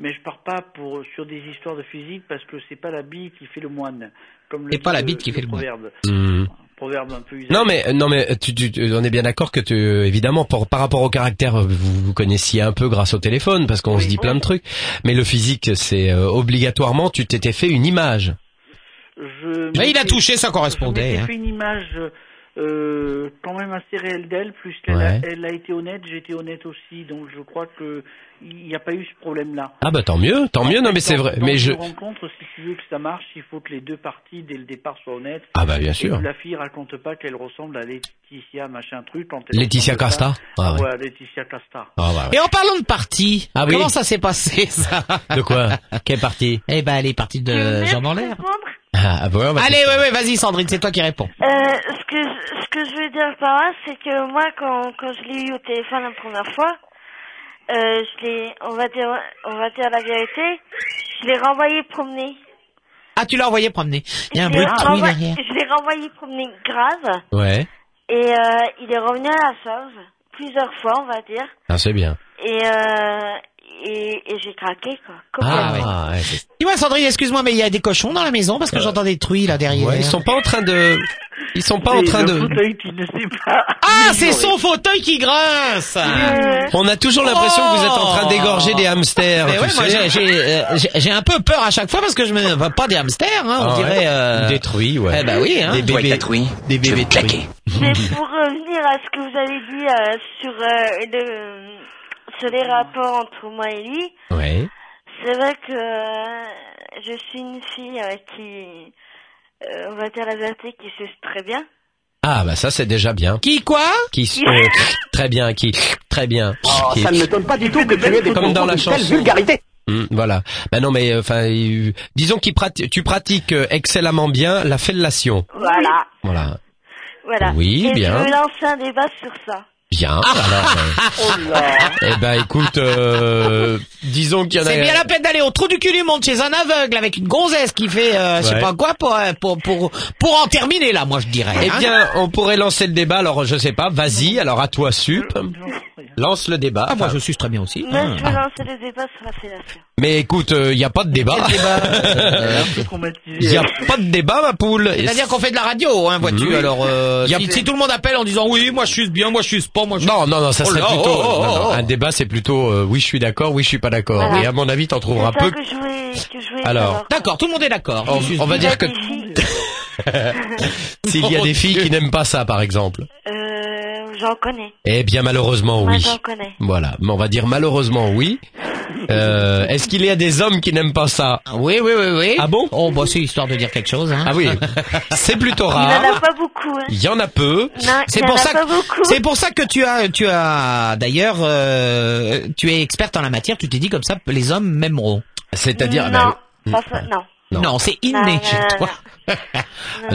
[SPEAKER 9] mais je pars pas pour sur des histoires de physique parce que c'est pas la bille qui fait le moine, comme le
[SPEAKER 3] C'est pas la
[SPEAKER 9] dit
[SPEAKER 3] bite qui fait le moine.
[SPEAKER 9] proverbe.
[SPEAKER 4] Hmm.
[SPEAKER 9] Un Proverbe un peu usagé.
[SPEAKER 4] Non mais non mais euh, tu, tu- tu- on est bien d'accord que tu euh, évidemment pour- par rapport au caractère euh, vous vous connaissiez un peu grâce au téléphone parce qu'on
[SPEAKER 9] Oui.
[SPEAKER 4] se dit plein de trucs mais le physique c'est euh, obligatoirement tu t'étais fait une image
[SPEAKER 9] je
[SPEAKER 3] Mais il a
[SPEAKER 9] m'étais-
[SPEAKER 3] touché, ça
[SPEAKER 9] Je
[SPEAKER 3] correspondait.
[SPEAKER 9] m'étais
[SPEAKER 3] hein.
[SPEAKER 9] fait une image euh, quand même assez réelle d'elle, plus qu'elle
[SPEAKER 4] Ouais.
[SPEAKER 9] a, elle a été honnête, j'ai été honnête aussi, donc je crois que il n'y a pas eu ce problème-là.
[SPEAKER 4] ah bah tant mieux tant mieux non mais c'est
[SPEAKER 9] Dans-
[SPEAKER 4] vrai
[SPEAKER 9] dans
[SPEAKER 4] mais
[SPEAKER 9] une
[SPEAKER 4] je
[SPEAKER 9] rencontre, si tu veux que ça marche, il faut que les deux parties dès le départ soient honnêtes.
[SPEAKER 4] ah bah bien
[SPEAKER 9] Et
[SPEAKER 4] sûr
[SPEAKER 9] que la fille raconte pas qu'elle ressemble à Laetitia machin truc. Quand elle
[SPEAKER 4] Laetitia
[SPEAKER 9] ressemble pas.
[SPEAKER 4] Casta ah ouais.
[SPEAKER 9] Ouais, Laetitia Casta.
[SPEAKER 4] Ah bah ouais.
[SPEAKER 3] Et en parlant de partie,
[SPEAKER 4] Ah oui.
[SPEAKER 3] comment ça s'est passé ça
[SPEAKER 4] De quoi Quelle partie
[SPEAKER 3] Eh ben elle est partie
[SPEAKER 8] Tu veux
[SPEAKER 3] de
[SPEAKER 8] bien
[SPEAKER 3] Jean en l'air.
[SPEAKER 8] répondre
[SPEAKER 4] Ah, bah ouais, bah,
[SPEAKER 3] Allez, ouais, ouais, vas-y Sandrine, c'est toi qui réponds.
[SPEAKER 8] Euh, ce que je, ce que je veux dire par là, c'est que moi, quand, quand je l'ai eu au téléphone la première fois, euh, je l'ai, on va dire, on va dire la vérité, Je l'ai renvoyé promener.
[SPEAKER 1] Ah, tu l'as envoyé promener. Il y a un
[SPEAKER 8] Je
[SPEAKER 1] bruit
[SPEAKER 8] l'ai
[SPEAKER 1] de truie
[SPEAKER 8] renvoyé-
[SPEAKER 1] derrière.
[SPEAKER 8] Je l'ai renvoyé promener grave.
[SPEAKER 4] Ouais.
[SPEAKER 8] Et euh, il est revenu à la sauve. Plusieurs fois, on va dire.
[SPEAKER 4] Ah, c'est bien.
[SPEAKER 8] Et, euh, et, et j'ai craqué, quoi. Complètement.
[SPEAKER 4] Ah, ouais, c'est- Euh,
[SPEAKER 1] Dis-moi, Sandrine, excuse-moi, mais il y a des cochons dans la maison parce que j'entends des truies là derrière.
[SPEAKER 4] Ouais, ils sont pas en train de, ils sont pas en train de.
[SPEAKER 9] fauteuil qui ne sait pas.
[SPEAKER 1] Ah, c'est son fauteuil qui grince.
[SPEAKER 4] Ah,
[SPEAKER 8] Euh,
[SPEAKER 4] On a toujours l'impression que vous êtes en train d'égorger des hamsters.
[SPEAKER 1] Oh. Mais
[SPEAKER 4] tu
[SPEAKER 1] ouais, moi
[SPEAKER 4] sais.
[SPEAKER 1] j'ai- j'ai euh, j'ai- j'ai un peu peur à chaque fois parce que je me enfin, pas des hamsters, hein, on
[SPEAKER 4] Ah ouais.
[SPEAKER 1] dirait. euh,
[SPEAKER 4] Détruit, ouais.
[SPEAKER 1] Eh bah oui, hein.
[SPEAKER 4] Des bébés. Des
[SPEAKER 5] Je vais
[SPEAKER 4] bébés
[SPEAKER 5] te claquer.
[SPEAKER 4] truies.
[SPEAKER 8] Mais pour revenir à ce que vous avez dit euh, sur, euh, le, sur les rapports entre moi et lui,
[SPEAKER 4] Ouais.
[SPEAKER 8] c'est vrai que euh, je suis une fille euh, qui, euh, on va dire la vérité, qui suce très bien.
[SPEAKER 4] Ah, bah ça, c'est déjà bien.
[SPEAKER 1] Qui quoi
[SPEAKER 4] Qui sont très bien, qui très bien. Qui-
[SPEAKER 2] ne m'étonne pas du tout que tu aies des
[SPEAKER 4] Comme dans la
[SPEAKER 2] propos d'une telle
[SPEAKER 4] chanson.
[SPEAKER 2] vulgarité.
[SPEAKER 4] Hmm, voilà. Bah non, mais enfin, disons qu'il prati- tu pratiques euh, excellemment bien la fellation.
[SPEAKER 8] Voilà.
[SPEAKER 4] Voilà.
[SPEAKER 8] Voilà.
[SPEAKER 4] Oui,
[SPEAKER 8] et
[SPEAKER 4] bien.
[SPEAKER 8] je veux lancer un débat sur ça.
[SPEAKER 4] Bien.
[SPEAKER 1] Ah.
[SPEAKER 4] Alors, euh,
[SPEAKER 9] oh
[SPEAKER 4] eh ben, écoute, euh, disons qu'il y en a.
[SPEAKER 1] C'est bien la peine d'aller au trou du cul du monde chez un aveugle avec une gonzesse qui fait euh, je sais
[SPEAKER 4] Ouais.
[SPEAKER 1] pas quoi pour, euh, pour pour pour en terminer là, moi je dirais.
[SPEAKER 4] Eh
[SPEAKER 1] hein.
[SPEAKER 4] bien, on pourrait lancer le débat. Alors, je sais pas. Vas-y. Alors, à toi, sup. Lance le débat.
[SPEAKER 1] Ah, moi je suce très bien aussi.
[SPEAKER 8] Moi,
[SPEAKER 4] Hmm.
[SPEAKER 8] je veux lancer le débat sur la fellation.
[SPEAKER 4] Mais écoute, euh, il n'y a pas de débat. Il n'y a pas de débat, ma poule.
[SPEAKER 1] C'est-à-dire qu'on fait de la radio, hein, vois-tu
[SPEAKER 4] Oui.
[SPEAKER 1] Alors, euh,
[SPEAKER 4] Y a-
[SPEAKER 1] si, si tout le monde appelle en disant oui, moi je suis bien, moi je suis pas, moi je.
[SPEAKER 4] Non, non, non, ça
[SPEAKER 1] Oh
[SPEAKER 4] serait
[SPEAKER 1] là,
[SPEAKER 4] plutôt.
[SPEAKER 1] oh, oh,
[SPEAKER 4] non, non,
[SPEAKER 1] oh.
[SPEAKER 4] Un débat, c'est plutôt euh, oui, je suis d'accord, oui, je suis pas d'accord.
[SPEAKER 8] Voilà.
[SPEAKER 4] Et à mon avis, t'en
[SPEAKER 8] C'est
[SPEAKER 4] trouveras
[SPEAKER 8] ça
[SPEAKER 4] peu.
[SPEAKER 8] que je voulais, que je voulais
[SPEAKER 4] Alors,
[SPEAKER 8] savoir.
[SPEAKER 1] Bah, D'accord, tout le monde est d'accord.
[SPEAKER 4] On,
[SPEAKER 1] Je suce
[SPEAKER 4] on va
[SPEAKER 8] Il y a
[SPEAKER 4] dire que
[SPEAKER 8] des filles,
[SPEAKER 4] s'il y a des filles qui n'aiment pas ça, par exemple.
[SPEAKER 8] euh, j'en connais.
[SPEAKER 4] Eh bien, malheureusement,
[SPEAKER 8] Moi,
[SPEAKER 4] oui.
[SPEAKER 8] j'en connais.
[SPEAKER 4] Voilà. Mais on va dire malheureusement, oui. Euh, Est-ce qu'il y a des hommes qui n'aiment pas ça
[SPEAKER 1] Oui, oui, oui, oui.
[SPEAKER 4] Ah bon
[SPEAKER 1] Oh, bah c'est histoire de dire quelque chose. Hein.
[SPEAKER 4] Ah oui. C'est plutôt
[SPEAKER 8] Il n'y en a
[SPEAKER 4] rare.
[SPEAKER 8] pas beaucoup, hein.
[SPEAKER 4] Ah. Il y en a peu.
[SPEAKER 8] Non,
[SPEAKER 1] C'est
[SPEAKER 8] il y
[SPEAKER 1] pour
[SPEAKER 8] en a
[SPEAKER 1] ça
[SPEAKER 8] pas
[SPEAKER 1] que-
[SPEAKER 8] beaucoup.
[SPEAKER 1] C'est pour ça que tu as, tu as Ah, d'ailleurs, euh, tu es experte en la matière. Tu t'es dit comme ça, les hommes m'aimeront.
[SPEAKER 4] C'est-à-dire.
[SPEAKER 8] non,
[SPEAKER 4] ben,
[SPEAKER 8] pas fa- non.
[SPEAKER 4] Non.
[SPEAKER 1] Non, c'est inné
[SPEAKER 8] Non,
[SPEAKER 1] chez
[SPEAKER 8] non,
[SPEAKER 1] toi.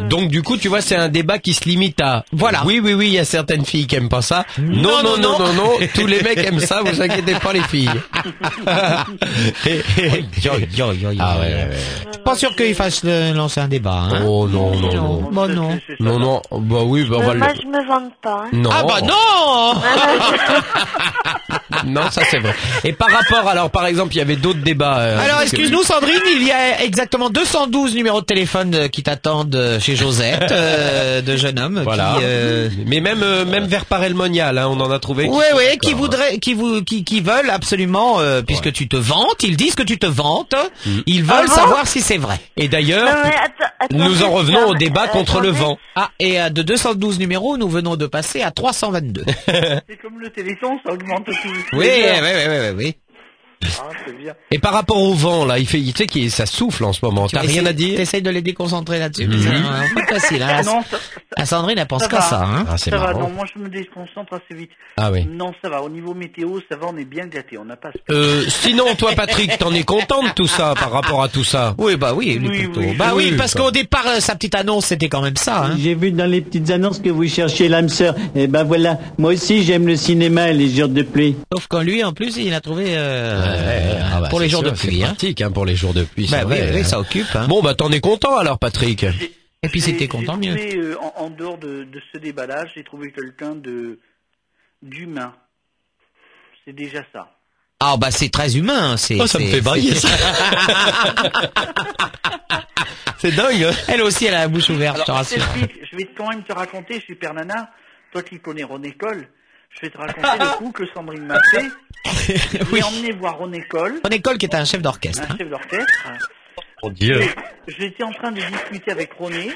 [SPEAKER 4] Donc du coup, tu vois, c'est un débat qui se limite à
[SPEAKER 1] Voilà.
[SPEAKER 4] Oui, oui, oui, il y a certaines filles qui aiment pas ça. Non, non,
[SPEAKER 1] Non,
[SPEAKER 4] non,
[SPEAKER 1] non,
[SPEAKER 4] non, non. Tous les mecs aiment ça. Vous inquiétez pas, les filles. Ah ouais, ouais, ouais.
[SPEAKER 1] Je suis pas sûr qu'il fasse euh, lancer un débat. Hein.
[SPEAKER 4] Oh non, non, non,
[SPEAKER 1] Bon, non.
[SPEAKER 4] non, non. Bah oui, bah on va
[SPEAKER 8] Mais
[SPEAKER 4] le.
[SPEAKER 8] Euh, moi, je me vante pas. Hein.
[SPEAKER 4] Non.
[SPEAKER 1] Ah bah non
[SPEAKER 4] Ah, Non, ça c'est vrai. Et par rapport, alors par exemple, il y avait d'autres débats. euh,
[SPEAKER 1] Alors
[SPEAKER 4] que-
[SPEAKER 1] excuse-nous Sandrine, il y a exactement 212 numéros de téléphone euh, qui t'attendent euh, chez Josette, euh, de jeune homme.
[SPEAKER 4] Voilà.
[SPEAKER 1] Qui, euh,
[SPEAKER 4] Mais même euh, même vers Parelmonial, hein, on en a trouvé.
[SPEAKER 1] Ouais, ouais, qui
[SPEAKER 4] D'accord.
[SPEAKER 1] voudraient, qui vous, qui, qui veulent absolument, euh, puisque tu te vantes, ils disent que tu te vantes,
[SPEAKER 4] Mm.
[SPEAKER 1] ils veulent
[SPEAKER 8] Ah bon
[SPEAKER 1] savoir si c'est vrai.
[SPEAKER 4] Et d'ailleurs,
[SPEAKER 8] Non, mais attends, attends,
[SPEAKER 4] nous en
[SPEAKER 8] attends,
[SPEAKER 4] revenons au
[SPEAKER 8] mais,
[SPEAKER 4] débat
[SPEAKER 8] euh,
[SPEAKER 4] contre le
[SPEAKER 8] attendez.
[SPEAKER 4] vent.
[SPEAKER 1] Ah, et euh, de 212 numéros, nous venons de passer à 322.
[SPEAKER 9] C'est comme le téléthon, ça augmente tout.
[SPEAKER 1] oui, oui.
[SPEAKER 9] Ah, c'est bien.
[SPEAKER 4] Et par rapport au vent, là, il fait, tu sais, qu'il- ça souffle en ce moment. T'as rien à dire
[SPEAKER 1] T'essayes de les déconcentrer là-dessus,
[SPEAKER 4] Mhm.
[SPEAKER 1] mais c'est un peu facile. Hein. La,
[SPEAKER 9] Non, ça,
[SPEAKER 1] la Sandrine, elle pense
[SPEAKER 9] Ça
[SPEAKER 1] qu'à
[SPEAKER 9] va.
[SPEAKER 1] ça. Hein.
[SPEAKER 4] Ah, c'est
[SPEAKER 9] ça va,
[SPEAKER 4] marrant.
[SPEAKER 9] non, moi je me déconcentre assez vite.
[SPEAKER 4] Ah oui.
[SPEAKER 9] Non, ça va, au niveau météo, ça va, on est bien gâtés, on n'a pas...
[SPEAKER 4] Euh, sinon, toi, Patrick, t'en es content de tout ça, par rapport à tout ça
[SPEAKER 1] Oui, bah oui, lui
[SPEAKER 9] Oui,
[SPEAKER 1] plutôt.
[SPEAKER 9] oui.
[SPEAKER 1] bah oui,
[SPEAKER 4] Oui,
[SPEAKER 1] parce
[SPEAKER 4] ça. Mm.
[SPEAKER 1] qu'au départ, euh, sa petite annonce, c'était quand même ça. Hein.
[SPEAKER 2] J'ai vu dans les petites annonces que vous cherchiez l'âme sœur. Eh ben voilà, moi aussi j'aime le cinéma et les jours de pluie.
[SPEAKER 1] Sauf qu'en lui, en plus, il a trouvé euh,
[SPEAKER 4] Ah bah,
[SPEAKER 1] pour les
[SPEAKER 4] c'est
[SPEAKER 1] jours
[SPEAKER 4] sûr,
[SPEAKER 1] de
[SPEAKER 4] c'est
[SPEAKER 1] pluie. Hein.
[SPEAKER 4] pratique, hein, pour les jours de pluie,
[SPEAKER 1] Bah
[SPEAKER 4] c'est
[SPEAKER 1] oui,
[SPEAKER 4] vrai.
[SPEAKER 1] oui,
[SPEAKER 4] hein.
[SPEAKER 1] ça occupe. Hein.
[SPEAKER 4] Bon, bah, t'en es content, alors, Patrick
[SPEAKER 1] Et puis,
[SPEAKER 9] J'ai-
[SPEAKER 1] c'était content,
[SPEAKER 9] j'ai
[SPEAKER 1] mieux.
[SPEAKER 9] trouvé, euh, en, en dehors de, de ce débat-là, j'ai trouvé quelqu'un de d'humain. C'est déjà ça.
[SPEAKER 1] Ah bah c'est très humain,
[SPEAKER 3] hein,
[SPEAKER 1] c'est.
[SPEAKER 4] Oh, ça me
[SPEAKER 1] c'est-
[SPEAKER 4] fait bailler, ça C'est dingue hein
[SPEAKER 1] Elle aussi, elle a la bouche ouverte, je te
[SPEAKER 9] Alors, je
[SPEAKER 1] rassure.
[SPEAKER 9] t'explique, je vais quand même te raconter, super nana, toi qui connais René Cole, je vais te raconter le coup que Sandrine m'a fait. Je l'ai emmené voir René Cole,
[SPEAKER 1] René Cole, qui est un chef d'orchestre.
[SPEAKER 9] un
[SPEAKER 1] hein.
[SPEAKER 9] chef d'orchestre.
[SPEAKER 4] Mon Dieu
[SPEAKER 9] J'étais en train de discuter avec René.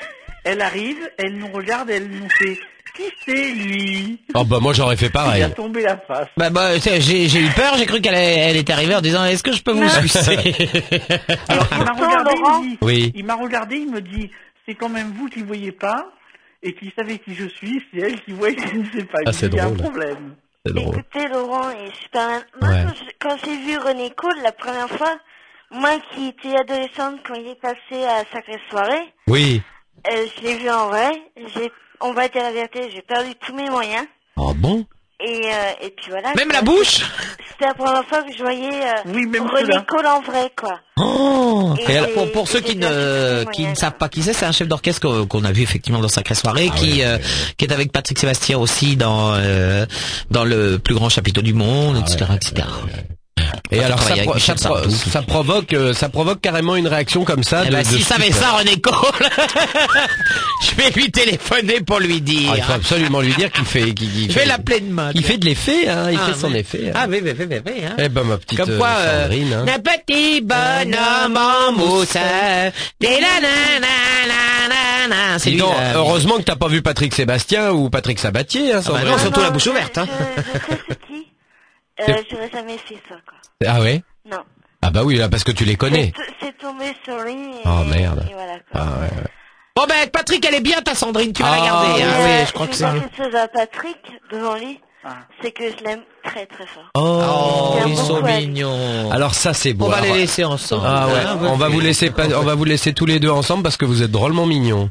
[SPEAKER 9] Elle arrive, elle nous regarde, elle nous fait Qui c'est lui
[SPEAKER 4] Oh bah, moi, j'aurais fait
[SPEAKER 9] Il a
[SPEAKER 4] pareil.
[SPEAKER 9] tombé la face.
[SPEAKER 1] Bah, bah, c'est- j'ai j'ai eu peur, j'ai cru qu'elle est- elle était arrivée en disant est-ce que je peux vous sucer Bah,
[SPEAKER 9] Alors, il m'a
[SPEAKER 8] Pourtant,
[SPEAKER 9] regardé, il
[SPEAKER 8] Laurent-
[SPEAKER 9] me dit,
[SPEAKER 4] Oui.
[SPEAKER 9] il m'a regardé, il me dit, c'est quand même vous qui voyez pas et qui savez qui je suis, c'est elle qui voit et qui ne sait pas. Il
[SPEAKER 4] Ah,
[SPEAKER 9] me dit,
[SPEAKER 4] c'est
[SPEAKER 9] Il y a un
[SPEAKER 4] drôle.
[SPEAKER 9] problème.
[SPEAKER 4] C'est drôle.
[SPEAKER 8] Écoutez, Laurent et Superman, moi,
[SPEAKER 4] Ouais.
[SPEAKER 8] quand je- quand j'ai vu René Cole la première fois, moi qui étais adolescente quand il est passé à Sacrée Soirée,
[SPEAKER 4] Oui.
[SPEAKER 8] euh, je l'ai vu en vrai. J'ai, on va dire la vérité, j'ai perdu tous mes moyens.
[SPEAKER 4] Oh bon
[SPEAKER 8] Et, euh, et puis voilà.
[SPEAKER 3] Ah Même
[SPEAKER 8] quoi.
[SPEAKER 3] la bouche
[SPEAKER 8] C'était la première fois que je voyais euh,
[SPEAKER 9] Oui, même
[SPEAKER 8] René
[SPEAKER 9] cela.
[SPEAKER 8] Coll en vrai, quoi.
[SPEAKER 3] Oh
[SPEAKER 8] Et
[SPEAKER 3] Et alors,
[SPEAKER 8] c'est-
[SPEAKER 3] pour, pour
[SPEAKER 8] c'est
[SPEAKER 3] ceux qui
[SPEAKER 8] bien
[SPEAKER 3] ne,
[SPEAKER 8] sûr,
[SPEAKER 3] qui ne
[SPEAKER 8] moyen.
[SPEAKER 3] savent pas qui c'est, c'est un chef d'orchestre qu'on qu'on a vu effectivement dans Sacrée Soirée,
[SPEAKER 4] Ah
[SPEAKER 3] qui, euh, qui est avec Patrick Sébastien aussi dans, euh, dans le plus grand chapiteau du monde,
[SPEAKER 4] Ah
[SPEAKER 3] etc. etc.
[SPEAKER 4] Et
[SPEAKER 3] Quand
[SPEAKER 4] alors
[SPEAKER 3] tu
[SPEAKER 4] ça,
[SPEAKER 3] travailles
[SPEAKER 4] pro-
[SPEAKER 3] avec
[SPEAKER 4] ça,
[SPEAKER 3] Michel
[SPEAKER 4] pro-
[SPEAKER 3] Sardou,
[SPEAKER 4] ça provoque, euh, ça provoque carrément une réaction comme ça.
[SPEAKER 3] Eh
[SPEAKER 4] de,
[SPEAKER 3] ben,
[SPEAKER 4] de
[SPEAKER 3] si
[SPEAKER 4] flic,
[SPEAKER 3] savait
[SPEAKER 4] quoi.
[SPEAKER 3] ça, René Cole, je vais lui téléphoner pour lui dire.
[SPEAKER 4] Ah, il faut absolument lui dire qu'il fait, qu'il- qu'il
[SPEAKER 3] hein. je vais
[SPEAKER 4] fait,
[SPEAKER 3] l'appeler demain.
[SPEAKER 4] il fait de l'effet, hein, il
[SPEAKER 3] Ah,
[SPEAKER 4] fait son
[SPEAKER 3] oui.
[SPEAKER 4] effet. hein.
[SPEAKER 3] Ah oui, oui, oui, oui, oui, hein.
[SPEAKER 4] Eh ben ma petite
[SPEAKER 3] Comme
[SPEAKER 4] euh,
[SPEAKER 3] quoi, euh,
[SPEAKER 4] Sandrine. hein.
[SPEAKER 3] Un petit bonhomme en mousse. Des la la la la la la. C'est
[SPEAKER 4] Dis
[SPEAKER 3] lui.
[SPEAKER 4] donc,
[SPEAKER 3] là.
[SPEAKER 4] heureusement que t'as pas vu Patrick Sébastien ou Patrick Sabatier,
[SPEAKER 3] euh,
[SPEAKER 4] hein,
[SPEAKER 3] bah
[SPEAKER 4] Sandrine.
[SPEAKER 3] non, surtout
[SPEAKER 8] non,
[SPEAKER 3] la bouche
[SPEAKER 8] je-
[SPEAKER 3] ouverte, hein.
[SPEAKER 8] Je, je sais c'est qui. Euh, j'aurais jamais fait ça, quoi.
[SPEAKER 4] Ah ouais.
[SPEAKER 8] Non.
[SPEAKER 4] Ah bah oui, là parce que tu les connais. Ah
[SPEAKER 8] C'est- C'est tombé sur lui. Et,
[SPEAKER 3] Ah,
[SPEAKER 4] Oh, merde.
[SPEAKER 8] Et voilà, quoi.
[SPEAKER 3] Bon ben, avec Patrick, elle est bien ta Sandrine, tu vas la
[SPEAKER 4] Ah,
[SPEAKER 3] garder.
[SPEAKER 8] Et,
[SPEAKER 3] hein.
[SPEAKER 8] euh,
[SPEAKER 3] Oui, je crois que
[SPEAKER 8] vais
[SPEAKER 3] c'est.
[SPEAKER 8] dire quelque chose à Patrick devant lui,
[SPEAKER 9] Ah.
[SPEAKER 8] c'est que je l'aime très très fort.
[SPEAKER 3] Oh,
[SPEAKER 8] Tiens,
[SPEAKER 3] ils sont
[SPEAKER 8] pourquoi
[SPEAKER 3] mignons.
[SPEAKER 4] Alors ça c'est beau.
[SPEAKER 3] On va
[SPEAKER 4] Alors,
[SPEAKER 3] les laisser ensemble.
[SPEAKER 4] Ah ouais.
[SPEAKER 3] Hein,
[SPEAKER 4] On va vous laisser, pas- on va vous laisser tous les deux ensemble parce que vous êtes drôlement mignons.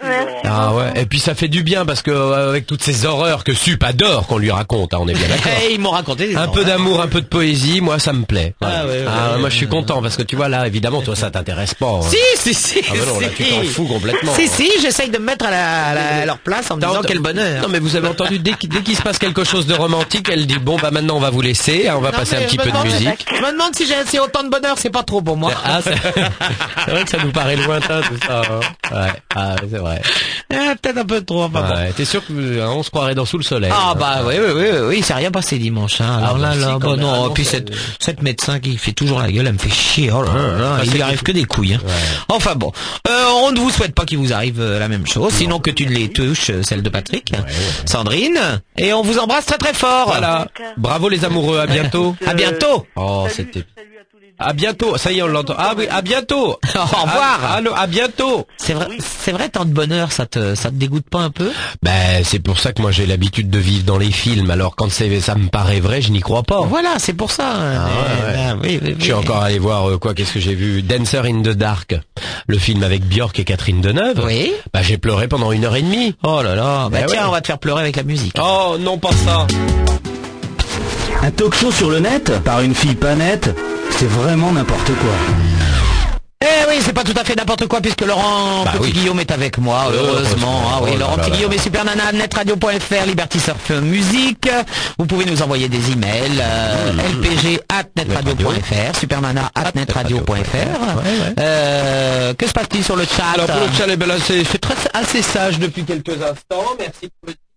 [SPEAKER 8] Merci.
[SPEAKER 4] Ah ouais. Et puis ça fait du bien parce que euh, avec toutes ces horreurs que Sup adore qu'on lui raconte, hein, on est bien d'accord.
[SPEAKER 3] Eh, ils m'ont raconté des
[SPEAKER 4] Un peu d'amour, un peu de poésie, moi ça me plaît.
[SPEAKER 3] Ah ouais, ouais, ouais,
[SPEAKER 4] moi je suis
[SPEAKER 3] ouais.
[SPEAKER 4] content parce que tu vois là, évidemment, toi ça t'intéresse pas. hein.
[SPEAKER 3] Si, si, si.
[SPEAKER 4] ah bah non, là
[SPEAKER 3] si.
[SPEAKER 4] tu t'en fous complètement.
[SPEAKER 3] Si, si, j'essaye de me mettre à, la- à la- à leur place en me
[SPEAKER 4] T'as
[SPEAKER 3] disant
[SPEAKER 4] entendu-
[SPEAKER 3] quel bonheur.
[SPEAKER 4] Non mais vous avez entendu dès qu'il dès qu'il se passe quelque chose de romantique, elle dit bon bah maintenant on va vous laisser, hein, on va
[SPEAKER 3] Non,
[SPEAKER 4] passer un
[SPEAKER 3] mais
[SPEAKER 4] petit
[SPEAKER 3] je me
[SPEAKER 4] peu de
[SPEAKER 3] demande-
[SPEAKER 4] musique.
[SPEAKER 3] Je me demande si j'ai assez autant de bonheur, c'est pas trop pour moi.
[SPEAKER 4] Ah, c'est c'est vrai que ça nous paraît lointain tout ça. hein. Ouais, ah,
[SPEAKER 1] uh,
[SPEAKER 4] c'est vrai.
[SPEAKER 3] Eh, Peut-être un peu trop, enfin bon.
[SPEAKER 4] Ah, Ouais, T'es sûr que vous- hein, on se croirait dans sous le soleil.
[SPEAKER 3] Ah bah oui oui oui oui, il s'est rien passé dimanche hein. Alors
[SPEAKER 4] Ah,
[SPEAKER 3] là
[SPEAKER 4] bah, si,
[SPEAKER 3] là,
[SPEAKER 4] quand
[SPEAKER 3] bah
[SPEAKER 4] même. Ah,
[SPEAKER 3] non,
[SPEAKER 4] non,
[SPEAKER 3] puis
[SPEAKER 4] ça-
[SPEAKER 3] cette cette médecin qui fait toujours la gueule, elle me fait chier. Oh là là
[SPEAKER 4] Ah,
[SPEAKER 3] là, il lui arrive que des couilles hein. Enfin bon, Euh, on ne vous souhaite pas qu'il vous arrive euh, la même chose, sinon que tu ne les touches euh, celle de Patrick, Sandrine et on vous embrasse très très fort.
[SPEAKER 4] Voilà.
[SPEAKER 8] D'accord.
[SPEAKER 4] Bravo les amoureux, à bientôt.
[SPEAKER 3] À bientôt.
[SPEAKER 4] Oh,
[SPEAKER 9] Salut,
[SPEAKER 4] c'était
[SPEAKER 9] salut à tous les deux.
[SPEAKER 4] à bientôt. Ça y est, on l'entend. Ah oui, à bientôt.
[SPEAKER 3] Au revoir.
[SPEAKER 4] Ah, allô, à bientôt.
[SPEAKER 3] C'est vrai c'est vrai tant de bonheur, ça te ça te dégoûte pas un peu
[SPEAKER 4] Ben, c'est pour ça que moi j'ai l'habitude de vivre dans les films. Alors quand c'est- ça me paraît vrai, je n'y crois pas.
[SPEAKER 3] Voilà, c'est pour ça. hein. Eh ben, oui, oui,
[SPEAKER 4] Ah, Je suis
[SPEAKER 3] oui.
[SPEAKER 4] encore allé voir euh, quoi Qu'est-ce que j'ai vu Dancer in the Dark, le film avec Björk et Catherine Deneuve.
[SPEAKER 3] Oui.
[SPEAKER 4] Bah j'ai pleuré pendant une heure et demie.
[SPEAKER 3] Oh là là, bah
[SPEAKER 4] Eh
[SPEAKER 3] tiens,
[SPEAKER 4] ouais.
[SPEAKER 3] on va te faire pleurer avec la musique.
[SPEAKER 4] Oh non pas ça.
[SPEAKER 2] Un talk show sur le net par une fille pas nette, c'est vraiment n'importe quoi.
[SPEAKER 3] Eh oui, c'est pas tout à fait n'importe quoi puisque Laurent
[SPEAKER 4] Bah
[SPEAKER 3] Petit
[SPEAKER 4] oui. Euh,
[SPEAKER 3] Guillaume est avec moi,
[SPEAKER 4] Heureusement.
[SPEAKER 3] heureusement. Ah oui,
[SPEAKER 4] Oh là
[SPEAKER 3] Laurent
[SPEAKER 4] là
[SPEAKER 3] Petit
[SPEAKER 4] là
[SPEAKER 3] Guillaume et Super Nana, netradio.fr, Liberty Surf Musique. Vous pouvez nous envoyer des emails, euh,
[SPEAKER 4] Mmh.
[SPEAKER 3] lpg at
[SPEAKER 4] hein.
[SPEAKER 3] netradio.fr, supernana at netradio.fr. Euh, que se passe-t-il sur le chat
[SPEAKER 4] Alors pour le challenge, ben là, c'est c'est très assez sage depuis quelques instants. Merci de me